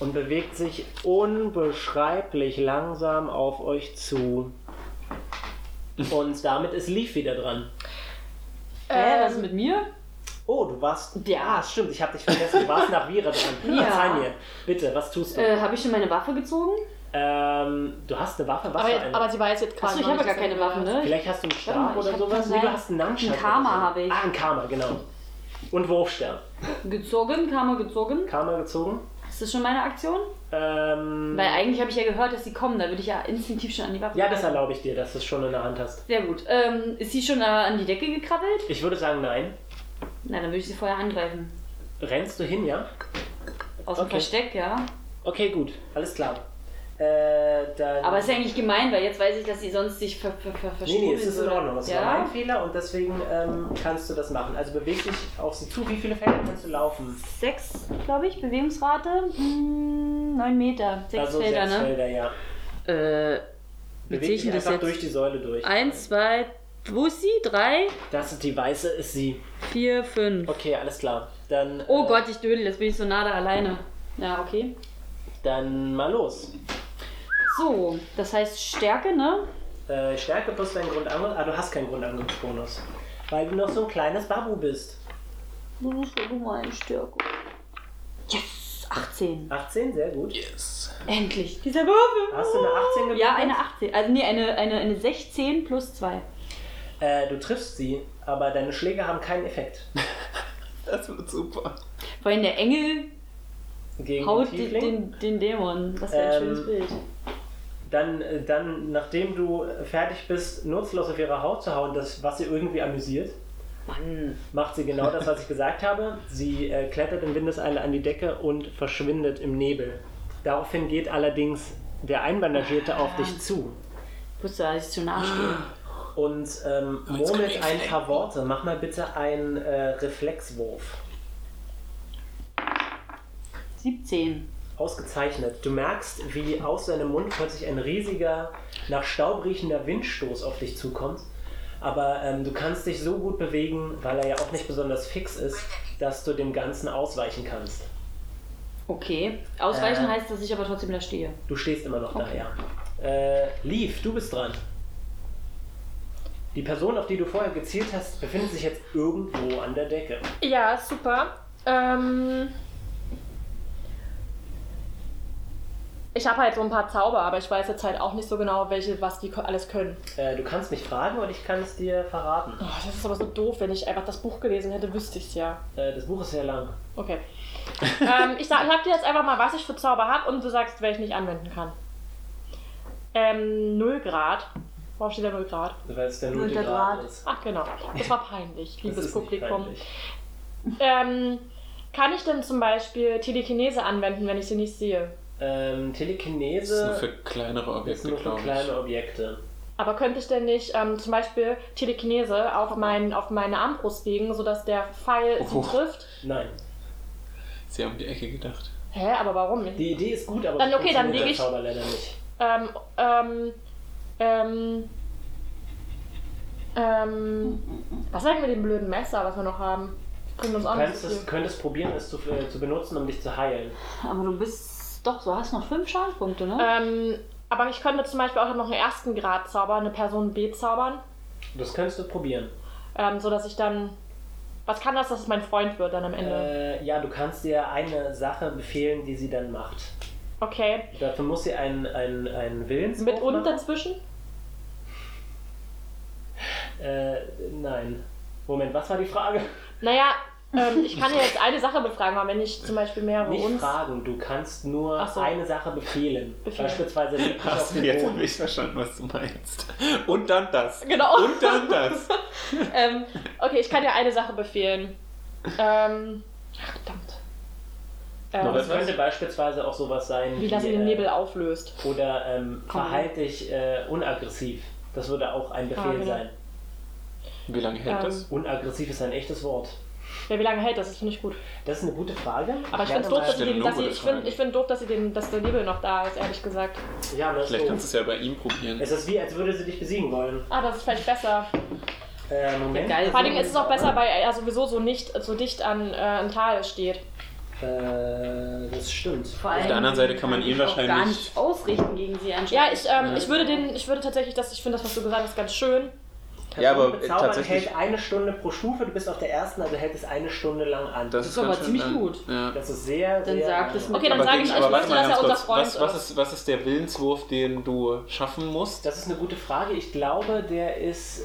[SPEAKER 4] und bewegt sich unbeschreiblich langsam auf euch zu. Und damit ist Leaf wieder dran.
[SPEAKER 1] Äh, was ist mit mir?
[SPEAKER 4] Oh, du warst.
[SPEAKER 1] Ja.
[SPEAKER 4] Ah, stimmt, ich habe dich vergessen. Du warst nach Vira dran.
[SPEAKER 1] Ja.
[SPEAKER 4] Verzeih mir. Bitte, was tust du?
[SPEAKER 1] Äh, habe ich schon meine Waffe gezogen?
[SPEAKER 4] Ähm, du hast eine Waffe, was für eine?
[SPEAKER 2] Aber, aber sie weiß jetzt quasi.
[SPEAKER 1] Achso, ich
[SPEAKER 2] noch
[SPEAKER 1] habe
[SPEAKER 2] nicht,
[SPEAKER 1] gar keine
[SPEAKER 2] was
[SPEAKER 1] Waffen,
[SPEAKER 2] sie
[SPEAKER 1] ne?
[SPEAKER 4] Vielleicht hast du einen Stab
[SPEAKER 1] Warte mal, ich
[SPEAKER 4] oder
[SPEAKER 1] hab
[SPEAKER 4] sowas? Nee,
[SPEAKER 1] keinen-
[SPEAKER 4] du hast einen Nunchuck.
[SPEAKER 1] Ein Karma
[SPEAKER 4] oder so.
[SPEAKER 1] habe ich.
[SPEAKER 4] Ah, ein Karma, genau. Und Wurfstern.
[SPEAKER 1] Gezogen, Karma gezogen.
[SPEAKER 4] Karma gezogen.
[SPEAKER 1] Ist das schon meine Aktion?
[SPEAKER 4] Ähm,
[SPEAKER 1] Weil eigentlich habe ich ja gehört, dass sie kommen. Da würde ich ja instinktiv schon an die Waffe
[SPEAKER 4] ja, das
[SPEAKER 1] greifen.
[SPEAKER 4] erlaube ich dir, dass du es schon in der Hand hast.
[SPEAKER 1] Sehr gut. Ähm, ist sie schon äh, an die Decke gekrabbelt?
[SPEAKER 4] Ich würde sagen, nein.
[SPEAKER 1] Na, dann würde ich sie vorher angreifen.
[SPEAKER 4] Rennst du hin, ja?
[SPEAKER 1] Aus dem
[SPEAKER 4] Okay.
[SPEAKER 1] Versteck, ja.
[SPEAKER 4] Okay, gut. Alles klar. Äh, dann...
[SPEAKER 1] Aber ist ja eigentlich gemein, weil jetzt weiß ich, dass sie sonst sich ver ver ver
[SPEAKER 4] Nee, nee,
[SPEAKER 1] verstuhlen
[SPEAKER 4] es ist in
[SPEAKER 1] würde.
[SPEAKER 4] Ordnung. Das war
[SPEAKER 1] ja?
[SPEAKER 4] mein Fehler und deswegen ähm, kannst du das machen. Also beweg dich auf sie zu. Wie viele Felder kannst du laufen?
[SPEAKER 1] Sechs, glaube ich, Bewegungsrate. Hm, neun Meter. Sechs
[SPEAKER 4] also
[SPEAKER 1] Felder,
[SPEAKER 4] sechs
[SPEAKER 1] ne?
[SPEAKER 4] Felder, ja.
[SPEAKER 1] Äh, wie zähle ich
[SPEAKER 4] Beweg dich
[SPEAKER 1] denn das jetzt?
[SPEAKER 4] einfach durch die Säule durch.
[SPEAKER 1] Eins, zwei, wo ist sie? Drei,
[SPEAKER 4] Das ist die weiße, ist sie.
[SPEAKER 1] vier, fünf.
[SPEAKER 4] Okay, alles klar. Dann...
[SPEAKER 1] Oh
[SPEAKER 4] äh,
[SPEAKER 1] Gott, ich dödel, jetzt bin ich so nah da alleine. Ja, okay.
[SPEAKER 4] äh, Dann mal los.
[SPEAKER 1] So, das heißt Stärke, ne?
[SPEAKER 4] Äh, Stärke plus dein Grundangriff. Ah, du hast keinen Grundangriffsbonus. Weil du noch so ein kleines Babu bist.
[SPEAKER 1] Du musst doch mal eine Stärke. Yes! 18.
[SPEAKER 4] 18, sehr gut.
[SPEAKER 5] Yes.
[SPEAKER 1] Endlich. Dieser Würfel.
[SPEAKER 4] Hast du eine 18 gewürfelt?
[SPEAKER 1] Ja, eine 18. Also, nee, eine, eine, eine 16 plus 2.
[SPEAKER 4] Äh, du triffst sie, aber deine Schläge haben keinen Effekt.
[SPEAKER 5] Das wird super.
[SPEAKER 1] Vor allem der Engel
[SPEAKER 4] Gegen
[SPEAKER 1] haut
[SPEAKER 4] den
[SPEAKER 1] den,
[SPEAKER 4] Tiefling.
[SPEAKER 1] den, den Dämon. Was für ein
[SPEAKER 4] Ähm,
[SPEAKER 1] schönes Bild.
[SPEAKER 4] Dann, äh, dann, nachdem du fertig bist, nutzlos auf ihre Haut zu hauen, das, was sie irgendwie amüsiert,
[SPEAKER 1] Mann.
[SPEAKER 4] macht sie genau das, was ich gesagt habe. Sie äh, klettert in Windeseile an die Decke und verschwindet im Nebel. Daraufhin geht allerdings der Einbandagierte auf
[SPEAKER 1] Ah,
[SPEAKER 4] dich zu
[SPEAKER 1] Ich wusste, dass ich zu nah stehe.
[SPEAKER 4] und ähm,
[SPEAKER 5] jetzt können
[SPEAKER 4] murmelt
[SPEAKER 5] wir
[SPEAKER 4] ein
[SPEAKER 5] ihn
[SPEAKER 4] paar Worte. Mach mal bitte einen äh, Reflexwurf.
[SPEAKER 1] 17.
[SPEAKER 4] Ausgezeichnet. Du merkst, wie aus seinem Mund plötzlich ein riesiger, nach Staub riechender Windstoß auf dich zukommt. Aber ähm, du kannst dich so gut bewegen, weil er ja auch nicht besonders fix ist, dass du dem Ganzen ausweichen kannst.
[SPEAKER 1] Okay. Ausweichen
[SPEAKER 4] Äh.
[SPEAKER 1] heißt, dass ich aber trotzdem da stehe.
[SPEAKER 4] Du stehst immer noch
[SPEAKER 1] Okay.
[SPEAKER 4] da, ja. Äh, Leaf, du bist dran. Die Person, auf die du vorher gezielt hast, befindet sich jetzt irgendwo an der Decke.
[SPEAKER 2] Ja, super. Ähm, ich habe halt so ein paar Zauber, aber ich weiß jetzt halt auch nicht so genau, welche, was die ko- alles können.
[SPEAKER 4] Äh, du kannst mich fragen und ich kann es dir verraten.
[SPEAKER 2] Oh, das ist aber so doof, wenn ich einfach das Buch gelesen hätte, wüsste ich es ja.
[SPEAKER 4] Äh, das Buch ist sehr lang.
[SPEAKER 2] Okay. ähm, ich sag, ich sag dir jetzt einfach mal, was ich für Zauber habe und du sagst, welchen ich anwenden kann. Ähm, 0 Grad. Warum steht da 0 Grad?
[SPEAKER 4] Weil es der
[SPEAKER 1] Null
[SPEAKER 4] Null Grad ist.
[SPEAKER 2] Ach genau, das war peinlich,
[SPEAKER 4] Das
[SPEAKER 2] liebes
[SPEAKER 4] ist nicht
[SPEAKER 2] Publikum.
[SPEAKER 4] peinlich.
[SPEAKER 2] Ähm, kann ich denn zum Beispiel Telekinese anwenden, wenn ich sie nicht sehe?
[SPEAKER 4] Ähm,
[SPEAKER 5] Das ist nur
[SPEAKER 4] Telekinese
[SPEAKER 5] für kleinere
[SPEAKER 4] ist
[SPEAKER 5] Objekte,
[SPEAKER 4] nur für
[SPEAKER 5] glaube ich.
[SPEAKER 4] kleine Objekte.
[SPEAKER 2] Aber könnte ich denn nicht ähm, zum Beispiel Telekinese auf, mein, auf meine Armbrust legen, sodass der Pfeil
[SPEAKER 5] Oh.
[SPEAKER 2] sie trifft?
[SPEAKER 4] Nein.
[SPEAKER 5] Sie haben die Ecke gedacht.
[SPEAKER 2] Hä, aber warum nicht?
[SPEAKER 4] Die Idee ist gut, aber
[SPEAKER 2] Dann
[SPEAKER 4] so
[SPEAKER 2] okay, dann
[SPEAKER 4] funktioniert
[SPEAKER 2] leg ich-
[SPEAKER 4] der Zauber leider nicht.
[SPEAKER 2] Ähm, ähm, ähm, ähm, was sagen wir dem blöden Messer, was wir noch haben? Bringt uns auch
[SPEAKER 4] Du
[SPEAKER 2] nicht
[SPEAKER 4] könntest,
[SPEAKER 2] so
[SPEAKER 4] es,
[SPEAKER 2] viel.
[SPEAKER 4] könntest probieren, es zu, äh, zu benutzen, um dich zu heilen.
[SPEAKER 1] Aber du bist doch, du hast noch fünf Schadenspunkte, ne?
[SPEAKER 2] Ähm, aber ich könnte zum Beispiel auch noch einen ersten Grad zaubern, eine Person B zaubern,
[SPEAKER 4] Das könntest du probieren.
[SPEAKER 2] ähm, sodass ich dann. Was kann das, dass es mein Freund wird dann am Ende?
[SPEAKER 4] Äh, ja, du kannst dir eine Sache befehlen, die sie dann macht.
[SPEAKER 2] okay.
[SPEAKER 4] Dafür muss sie einen, einen, einen Willens.
[SPEAKER 2] Mit und dazwischen?
[SPEAKER 4] Äh, nein. Moment, was war die Frage?
[SPEAKER 2] Naja, ähm, ich kann ja jetzt eine Sache befragen, aber wenn ich zum Beispiel mehrere
[SPEAKER 4] Nicht
[SPEAKER 2] uns.
[SPEAKER 4] fragen, du kannst nur
[SPEAKER 2] Ach so.
[SPEAKER 4] eine Sache befehlen.
[SPEAKER 2] Befehlen.
[SPEAKER 4] Beispielsweise leg dich auf
[SPEAKER 5] Hast du
[SPEAKER 4] den
[SPEAKER 5] jetzt
[SPEAKER 4] Boden.
[SPEAKER 5] habe ich verstanden, was du meinst. Und dann das.
[SPEAKER 2] Genau.
[SPEAKER 5] Und dann das.
[SPEAKER 2] Ähm, okay, ich kann dir eine Sache befehlen. Ähm, ach, verdammt.
[SPEAKER 4] Aber
[SPEAKER 2] Ähm,
[SPEAKER 4] es könnte beispielsweise auch sowas sein
[SPEAKER 2] wie das
[SPEAKER 4] wie,
[SPEAKER 2] den
[SPEAKER 4] äh,
[SPEAKER 2] Nebel auflöst.
[SPEAKER 4] Oder ähm,
[SPEAKER 2] Komm.
[SPEAKER 4] verhalte dich äh, unaggressiv. Das würde auch ein Befehl
[SPEAKER 2] Ah, genau.
[SPEAKER 4] sein.
[SPEAKER 5] Wie lange hält
[SPEAKER 2] Ähm,
[SPEAKER 5] das?
[SPEAKER 4] Unaggressiv ist ein echtes Wort.
[SPEAKER 2] Ja, wie lange hält das? Das finde ich gut.
[SPEAKER 4] Das ist eine gute Frage.
[SPEAKER 2] Aber ich
[SPEAKER 4] Warte
[SPEAKER 2] finde doof, dass, sie
[SPEAKER 5] Stelle
[SPEAKER 2] den,
[SPEAKER 5] nur
[SPEAKER 2] dass, sie,
[SPEAKER 5] gute
[SPEAKER 2] ich find,
[SPEAKER 5] Frage.
[SPEAKER 2] ich find doof, dass, sie den, dass der Nebel noch da ist, ehrlich gesagt.
[SPEAKER 4] mal- Ja, das
[SPEAKER 5] Vielleicht kannst du
[SPEAKER 4] ist
[SPEAKER 5] es ja bei ihm
[SPEAKER 4] so.
[SPEAKER 5] probieren.
[SPEAKER 4] Es ist wie, als würde sie dich besiegen wollen.
[SPEAKER 2] Ah, das ist vielleicht besser.
[SPEAKER 4] Äh, Moment.
[SPEAKER 1] Geil.
[SPEAKER 2] Vor allem ist es auch besser, weil er sowieso so nicht so dicht an, äh, an Tal steht.
[SPEAKER 4] Äh, das stimmt.
[SPEAKER 1] Vor allem
[SPEAKER 5] der anderen Seite kann man
[SPEAKER 1] ich
[SPEAKER 5] ihn
[SPEAKER 1] auch
[SPEAKER 5] wahrscheinlich-
[SPEAKER 1] gar nicht ausrichten gegen sie anscheinend.
[SPEAKER 2] Ja, ich, ähm, ich würde den, ich würde tatsächlich das, ich finde das, was du gesagt hast, ganz schön.
[SPEAKER 5] Ja, aber äh,
[SPEAKER 4] Bezaubern
[SPEAKER 5] tatsächlich.
[SPEAKER 4] hält eine Stunde pro Stufe. Du bist auf der ersten, also hält es eine Stunde lang an.
[SPEAKER 5] Das
[SPEAKER 1] ist
[SPEAKER 5] ist
[SPEAKER 1] aber
[SPEAKER 5] ganz schön
[SPEAKER 1] ziemlich
[SPEAKER 5] lang.
[SPEAKER 1] gut.
[SPEAKER 5] Ja.
[SPEAKER 4] Das ist sehr,
[SPEAKER 1] Dann
[SPEAKER 4] sehr... äh,
[SPEAKER 1] sagt es mir-
[SPEAKER 2] Okay, dann
[SPEAKER 5] Aber
[SPEAKER 2] sage
[SPEAKER 5] gegen-
[SPEAKER 2] ich, ich
[SPEAKER 5] aber warte
[SPEAKER 2] möchte, dass
[SPEAKER 5] mal
[SPEAKER 2] er unser
[SPEAKER 5] ganz kurz.
[SPEAKER 2] Freund
[SPEAKER 5] Was, was,
[SPEAKER 2] ist.
[SPEAKER 5] ist, was ist der Willenswurf, den du schaffen musst?
[SPEAKER 4] Das ist eine gute Frage. Ich glaube, der ist äh,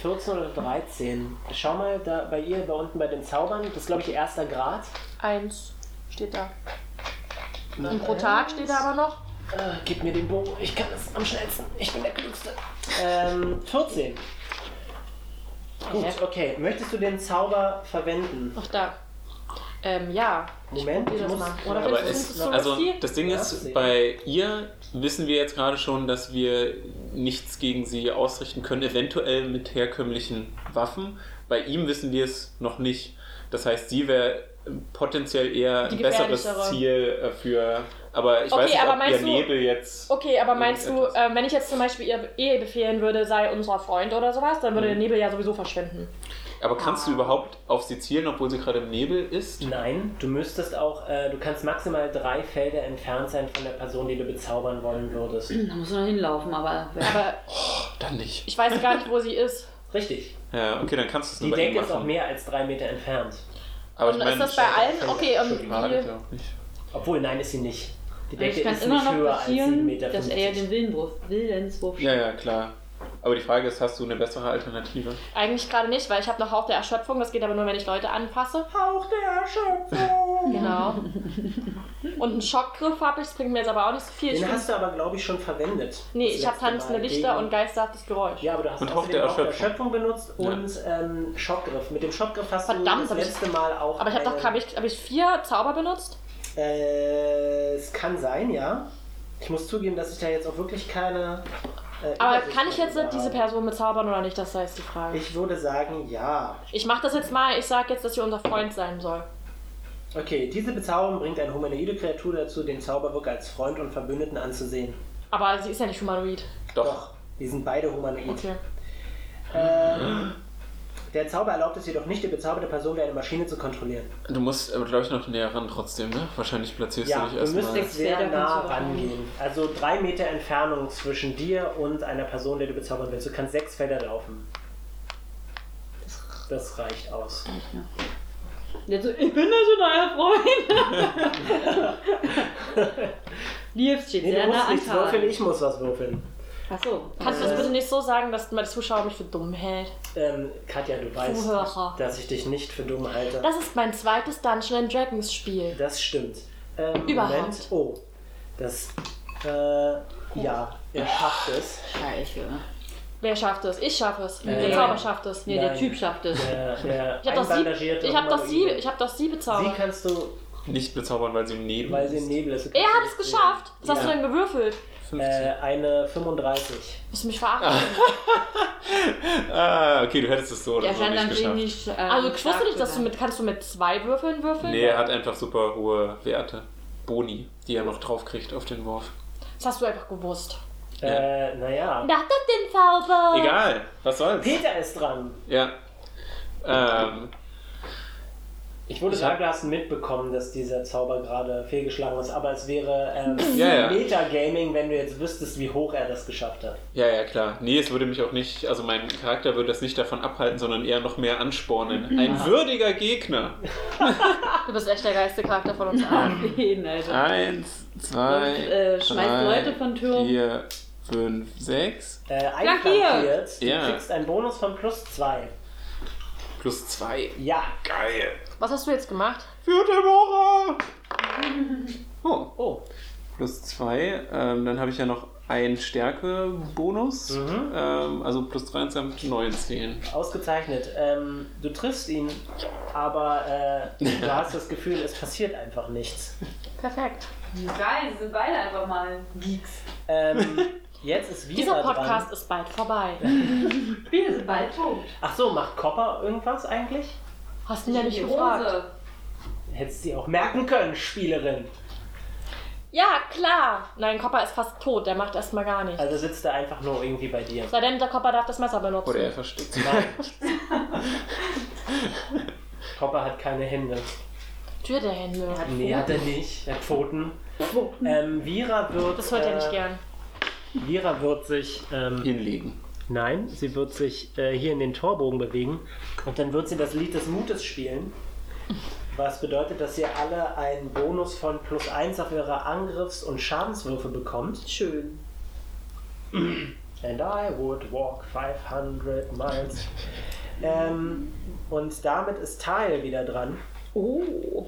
[SPEAKER 4] 14 oder 13. Schau mal da bei ihr, da unten bei den Zaubern. Das ist, glaube ich, ihr erster Grad.
[SPEAKER 2] Eins steht da. Und pro Tag steht er aber noch.
[SPEAKER 4] Äh, gib mir den Bogen. Ich kann das am schnellsten. Ich bin der Klügste. Ähm, 14. Gut, okay. Möchtest du den Zauber verwenden?
[SPEAKER 2] Ach, da. Ähm, ja.
[SPEAKER 4] Moment, ich
[SPEAKER 2] probier das
[SPEAKER 4] muss...
[SPEAKER 2] mal. Oder
[SPEAKER 5] Aber
[SPEAKER 2] Das ist
[SPEAKER 5] es,
[SPEAKER 2] so
[SPEAKER 5] also
[SPEAKER 2] viel.
[SPEAKER 5] das Ding
[SPEAKER 4] Ja,
[SPEAKER 5] ist,
[SPEAKER 4] sehen.
[SPEAKER 5] bei ihr wissen wir jetzt gerade schon, dass wir nichts gegen sie ausrichten können, eventuell mit herkömmlichen Waffen. Bei ihm wissen wir es noch nicht. Das heißt, sie wäre potenziell eher
[SPEAKER 2] Die
[SPEAKER 5] ein besseres
[SPEAKER 2] gefährlichere.
[SPEAKER 5] Ziel äh, für. Aber ich
[SPEAKER 2] Okay,
[SPEAKER 5] weiß nicht,
[SPEAKER 2] aber
[SPEAKER 5] ob ihr
[SPEAKER 2] meinst du-
[SPEAKER 5] Nebel jetzt.
[SPEAKER 2] Okay, aber meinst du,
[SPEAKER 5] Irgendetwas.
[SPEAKER 2] ähm, wenn ich jetzt zum Beispiel ihr Ehe befehlen würde, sei unser Freund oder sowas, dann würde der
[SPEAKER 4] Mhm.
[SPEAKER 2] Nebel ja sowieso verschwinden.
[SPEAKER 5] Aber kannst
[SPEAKER 2] Ah.
[SPEAKER 5] du überhaupt auf sie zielen, obwohl sie gerade im Nebel ist?
[SPEAKER 4] Nein, du müsstest auch... Äh, du kannst maximal drei Felder entfernt sein von der Person, die du bezaubern wollen würdest.
[SPEAKER 1] Da muss er noch hinlaufen, aber
[SPEAKER 2] Aber
[SPEAKER 5] Dann nicht.
[SPEAKER 2] ich weiß gar nicht, wo sie ist.
[SPEAKER 4] Richtig.
[SPEAKER 5] Ja, okay, dann kannst du es
[SPEAKER 4] Die
[SPEAKER 5] nur bei ihm
[SPEAKER 4] Decke ist auch
[SPEAKER 5] machen.
[SPEAKER 4] mehr als drei Meter entfernt.
[SPEAKER 5] Aber ich
[SPEAKER 2] Und
[SPEAKER 5] meine,
[SPEAKER 2] ist das bei allen? Okay, und
[SPEAKER 5] Frage,
[SPEAKER 2] wie,
[SPEAKER 5] glaube ich.
[SPEAKER 4] Obwohl, nein, ist sie nicht. Die
[SPEAKER 1] es
[SPEAKER 4] Decke
[SPEAKER 1] kann
[SPEAKER 4] ist
[SPEAKER 1] immer
[SPEAKER 4] nicht
[SPEAKER 1] noch
[SPEAKER 4] höher als 7,50
[SPEAKER 1] passieren,
[SPEAKER 4] Meter.
[SPEAKER 1] dass er ja den Willenwurf, Willenswurf
[SPEAKER 5] Ja, ja, klar. Aber die Frage ist, hast du eine bessere Alternative?
[SPEAKER 2] Eigentlich gerade nicht, weil ich habe noch Hauch der Erschöpfung. Das geht aber nur, wenn ich Leute anfasse.
[SPEAKER 4] Hauch der Erschöpfung.
[SPEAKER 2] Genau. Und einen Schockgriff habe ich, das bringt mir jetzt aber auch nicht so viel. Ich
[SPEAKER 4] Den
[SPEAKER 2] find-
[SPEAKER 4] hast du aber, glaube ich, schon verwendet.
[SPEAKER 2] nee,
[SPEAKER 4] Das
[SPEAKER 2] ich habe
[SPEAKER 4] letzte
[SPEAKER 2] tanzende
[SPEAKER 4] Mal
[SPEAKER 2] Lichter
[SPEAKER 4] gegen-
[SPEAKER 2] und geisterhaftes Geräusch.
[SPEAKER 4] Ja, aber du hast
[SPEAKER 5] Und
[SPEAKER 4] und
[SPEAKER 5] Hauch
[SPEAKER 4] auch
[SPEAKER 5] der
[SPEAKER 4] der Erschöpfung.
[SPEAKER 5] Erschöpfung.
[SPEAKER 4] benutzt und ähm, Schockgriff. Mit dem Schockgriff hast
[SPEAKER 2] Verdammt,
[SPEAKER 4] du
[SPEAKER 2] hab ich-
[SPEAKER 4] das letzte Mal auch.
[SPEAKER 2] Aber ich habe doch,
[SPEAKER 4] eine-
[SPEAKER 2] habe ich, hab ich vier Zauber benutzt?
[SPEAKER 4] Äh, es kann sein, ja. Ich muss zugeben, dass ich da jetzt auch wirklich keine. äh,
[SPEAKER 2] Aber
[SPEAKER 4] Übersicht
[SPEAKER 2] kann ich jetzt
[SPEAKER 4] darüber
[SPEAKER 2] diese
[SPEAKER 4] habe.
[SPEAKER 2] Person bezaubern oder nicht? Das heißt die Frage.
[SPEAKER 4] Ich würde sagen, ja.
[SPEAKER 2] Ich mache das jetzt mal. Ich sage jetzt, dass sie unser Freund sein soll.
[SPEAKER 4] Okay, diese Bezauberung bringt eine humanoide Kreatur dazu, den Zauberwirk als Freund und Verbündeten anzusehen.
[SPEAKER 2] Aber sie ist ja nicht humanoid.
[SPEAKER 5] Doch.
[SPEAKER 4] Doch, die sind beide humanoid.
[SPEAKER 2] Okay.
[SPEAKER 4] Ähm, der Zauber erlaubt es jedoch nicht, die bezauberte Person wie eine Maschine zu kontrollieren.
[SPEAKER 5] Du musst, glaube ich, noch näher ran trotzdem, ne? Wahrscheinlich platzierst
[SPEAKER 4] ja,
[SPEAKER 5] du
[SPEAKER 4] du
[SPEAKER 5] dich erstmal.
[SPEAKER 4] müsstest
[SPEAKER 1] Ja,
[SPEAKER 4] sehr
[SPEAKER 1] da
[SPEAKER 4] nah
[SPEAKER 1] kannst du
[SPEAKER 4] rangehen. Also drei Meter Entfernung zwischen dir und einer Person, die du bezaubern willst. Du kannst sechs Felder laufen. Das reicht aus.
[SPEAKER 1] Jetzt so, ich bin da schon euer Freund. Lief steht
[SPEAKER 4] Nee, du
[SPEAKER 1] sehr nah
[SPEAKER 4] musst
[SPEAKER 1] an
[SPEAKER 4] nichts würfeln,
[SPEAKER 1] Tal.
[SPEAKER 4] ich muss was würfeln.
[SPEAKER 1] Achso.
[SPEAKER 2] Kannst du das bitte nicht so sagen, dass mein Zuschauer mich für dumm hält?
[SPEAKER 4] Ähm, Katja, du weißt,
[SPEAKER 2] Zuhörer.
[SPEAKER 4] dass ich dich nicht für dumm halte.
[SPEAKER 2] Das ist mein zweites Dungeon and Dragons Spiel.
[SPEAKER 4] Das stimmt. Ähm,
[SPEAKER 2] Überhaupt.
[SPEAKER 4] Moment. Oh, das. Äh, ja, er schafft es.
[SPEAKER 1] Scheiße.
[SPEAKER 2] Wer schafft es? Ich schaffe es. Der
[SPEAKER 4] Nein.
[SPEAKER 2] Zauber schafft es.
[SPEAKER 1] Nee, der
[SPEAKER 4] Nein.
[SPEAKER 1] Typ schafft es.
[SPEAKER 4] Der, der
[SPEAKER 2] Ich habe doch sie.
[SPEAKER 4] einbandagierte
[SPEAKER 2] Ich habe doch sie.
[SPEAKER 4] Humanoide.
[SPEAKER 2] Ich habe doch sie
[SPEAKER 4] Sie
[SPEAKER 2] bezaubert.
[SPEAKER 4] kannst du
[SPEAKER 5] Nicht bezaubern, weil sie im Nebel
[SPEAKER 4] weil sie im Nebel ist.
[SPEAKER 2] Er hat es geschafft. Was hast
[SPEAKER 4] Ja.
[SPEAKER 2] du denn gewürfelt?
[SPEAKER 5] Nebel
[SPEAKER 4] Äh, eine 35.
[SPEAKER 2] Willst du mich verarschen?
[SPEAKER 5] Ah, okay, du hättest es so oder
[SPEAKER 1] Der
[SPEAKER 5] so
[SPEAKER 1] stand
[SPEAKER 5] nicht
[SPEAKER 1] dann
[SPEAKER 5] geschafft.
[SPEAKER 1] nicht. Äh,
[SPEAKER 4] Ah.
[SPEAKER 2] Also ich wusste nicht, dass du
[SPEAKER 1] stark
[SPEAKER 2] mit, kannst du mit zwei Würfeln würfeln?
[SPEAKER 5] Nee, er hat einfach super hohe Werte. Boni, die er noch draufkriegt auf den Wurf.
[SPEAKER 2] Das hast du einfach gewusst.
[SPEAKER 4] Äh, naja.
[SPEAKER 2] Da hat er den
[SPEAKER 4] Ah.
[SPEAKER 2] Zauber.
[SPEAKER 5] Egal, was soll's.
[SPEAKER 4] Peter ist dran.
[SPEAKER 5] Ja. Ähm,
[SPEAKER 4] Ich würde
[SPEAKER 5] Ich hab-
[SPEAKER 4] sagen, du hast mitbekommen, dass dieser Zauber gerade fehlgeschlagen ist, aber es wäre ähm,
[SPEAKER 5] Ja, ja.
[SPEAKER 4] Metagaming, wenn du jetzt wüsstest, wie hoch er das geschafft hat.
[SPEAKER 5] ja, ja, klar. Nee, es würde mich auch nicht, also mein Charakter würde das nicht davon abhalten, sondern eher noch mehr
[SPEAKER 4] Mhm.
[SPEAKER 5] anspornen. Ein würdiger Gegner.
[SPEAKER 2] Du bist echt der geilste Charakter von uns allen.
[SPEAKER 1] gewesen. Wen, Alter.
[SPEAKER 5] Eins,
[SPEAKER 1] Und, äh, schmeißt Leute von Türmen.
[SPEAKER 5] vier, fünf, sechs.
[SPEAKER 4] Äh,
[SPEAKER 1] hier.
[SPEAKER 4] einplantiert, du
[SPEAKER 5] Ja.
[SPEAKER 4] kriegst einen Bonus von plus zwei.
[SPEAKER 5] Plus zwei.
[SPEAKER 4] Ja.
[SPEAKER 5] Geil.
[SPEAKER 2] Was hast du jetzt gemacht?
[SPEAKER 5] Für den Horror. Oh.
[SPEAKER 4] Oh,
[SPEAKER 5] plus 2. Ähm, dann habe ich ja noch einen Stärke-Bonus.
[SPEAKER 4] Mhm.
[SPEAKER 5] Ähm, also plus 3 insgesamt 19.
[SPEAKER 4] ausgezeichnet. Ähm, du triffst ihn, aber äh, du hast das Gefühl, es passiert einfach nichts.
[SPEAKER 2] Perfekt.
[SPEAKER 1] Geil, sie sind beide einfach mal Geeks.
[SPEAKER 4] Ähm, jetzt ist Vira
[SPEAKER 2] Dieser
[SPEAKER 4] dran.
[SPEAKER 2] Podcast ist bald vorbei.
[SPEAKER 1] Wir sind bald tot.
[SPEAKER 4] Ach so, macht Copper irgendwas eigentlich?
[SPEAKER 2] Hast ihn ja nicht
[SPEAKER 1] Die
[SPEAKER 2] gefragt.
[SPEAKER 1] Hose.
[SPEAKER 4] Hättest du sie auch merken können, Spielerin.
[SPEAKER 2] Ja, klar. Nein, Kopper ist fast tot. Der macht erstmal gar nichts.
[SPEAKER 4] Also sitzt er einfach nur irgendwie bei dir.
[SPEAKER 2] Sei denn, der Kopper darf das Messer benutzen.
[SPEAKER 5] Oder er versteckt.
[SPEAKER 4] Nein. Copper hat keine Hände.
[SPEAKER 2] Tür der Hände.
[SPEAKER 4] Nee, hat er nicht. Er hat Pfoten. Ähm, Vira wird. äh,
[SPEAKER 2] Das hört er nicht gern.
[SPEAKER 4] Vira wird sich. Ähm,
[SPEAKER 5] Hinlegen.
[SPEAKER 4] nein, sie wird sich äh, hier in den Torbogen bewegen und dann wird sie das Lied des Mutes spielen. Was bedeutet, dass ihr alle einen Bonus von plus 1 auf eure Angriffs- und Schadenswürfe bekommt.
[SPEAKER 1] Schön.
[SPEAKER 4] And I would walk 500 miles. ähm, und damit ist Tile wieder dran.
[SPEAKER 1] Oh.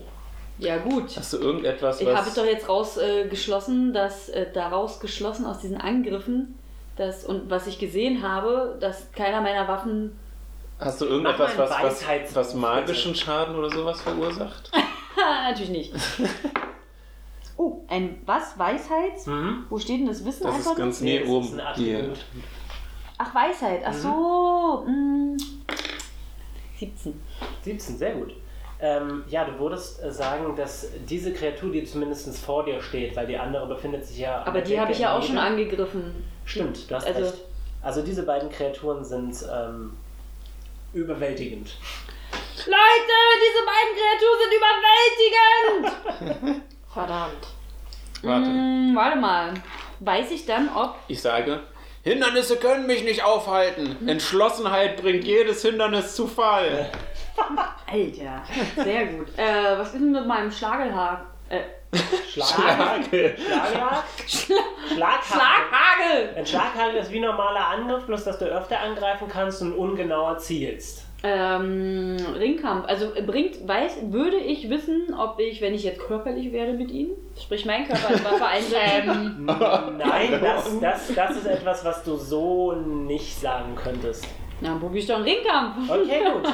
[SPEAKER 1] Ja, gut.
[SPEAKER 5] Hast du irgendetwas,
[SPEAKER 1] Ich habe
[SPEAKER 5] was.
[SPEAKER 1] doch jetzt rausgeschlossen, äh, geschlossen, dass äh, daraus geschlossen aus diesen Angriffen, dass, und was ich gesehen habe, dass keiner meiner Waffen.
[SPEAKER 5] hast du irgendetwas,
[SPEAKER 4] Mach
[SPEAKER 5] was,
[SPEAKER 4] mal einen
[SPEAKER 5] was,
[SPEAKER 4] Weisheits-
[SPEAKER 5] was magischen Schaden oder sowas verursacht?
[SPEAKER 1] Ha, natürlich nicht. oh, ein was? Weisheits?
[SPEAKER 4] Mhm.
[SPEAKER 1] Wo steht denn das Wissen
[SPEAKER 5] Hm. Das ist
[SPEAKER 1] einfach?
[SPEAKER 5] ganz
[SPEAKER 1] nur?
[SPEAKER 5] nee,
[SPEAKER 4] das ist
[SPEAKER 5] oben.
[SPEAKER 4] ein
[SPEAKER 5] Hier.
[SPEAKER 4] Attribut.
[SPEAKER 1] Ach, Weisheit.
[SPEAKER 5] Mhm.
[SPEAKER 1] Ach so. mm. 17.
[SPEAKER 4] 17, sehr gut. Ähm, ja, du würdest äh, sagen, dass diese Kreatur, die zumindest vor dir steht, weil die andere befindet sich ja. an
[SPEAKER 1] Aber
[SPEAKER 4] der
[SPEAKER 1] die habe
[SPEAKER 4] Decke
[SPEAKER 1] ich ja
[SPEAKER 4] im
[SPEAKER 1] auch schon
[SPEAKER 4] Nebel.
[SPEAKER 1] angegriffen.
[SPEAKER 4] Stimmt, du hast
[SPEAKER 1] Also-
[SPEAKER 4] recht. Also diese beiden Kreaturen sind ähm, überwältigend.
[SPEAKER 1] Leute, diese beiden Kreaturen sind überwältigend!
[SPEAKER 2] Verdammt.
[SPEAKER 5] Warte.
[SPEAKER 1] Hm, warte mal. Weiß ich dann, ob.
[SPEAKER 5] Ich sage. Hindernisse können mich nicht
[SPEAKER 4] Mhm.
[SPEAKER 5] aufhalten. Entschlossenheit bringt jedes Hindernis zu Fall.
[SPEAKER 1] Alter, sehr gut. Äh, was ist denn mit meinem Schlagelhaken? Äh,
[SPEAKER 4] Schlag, Schlag, Schlag,
[SPEAKER 1] Schlaghagel!
[SPEAKER 4] Ein Schlaghagel ist halt wie normaler Angriff, bloß dass du öfter angreifen kannst und ungenauer zielst.
[SPEAKER 1] Ähm, Ringkampf. Also äh, bringt, weiß, würde ich wissen, ob ich, wenn ich jetzt körperlich werde mit ihm, sprich mein Körper als Waffe einsetzen.
[SPEAKER 4] Nein, das, das, das ist etwas, was du so nicht sagen könntest.
[SPEAKER 1] Na, probier ich doch einen Ringkampf.
[SPEAKER 4] Okay, gut.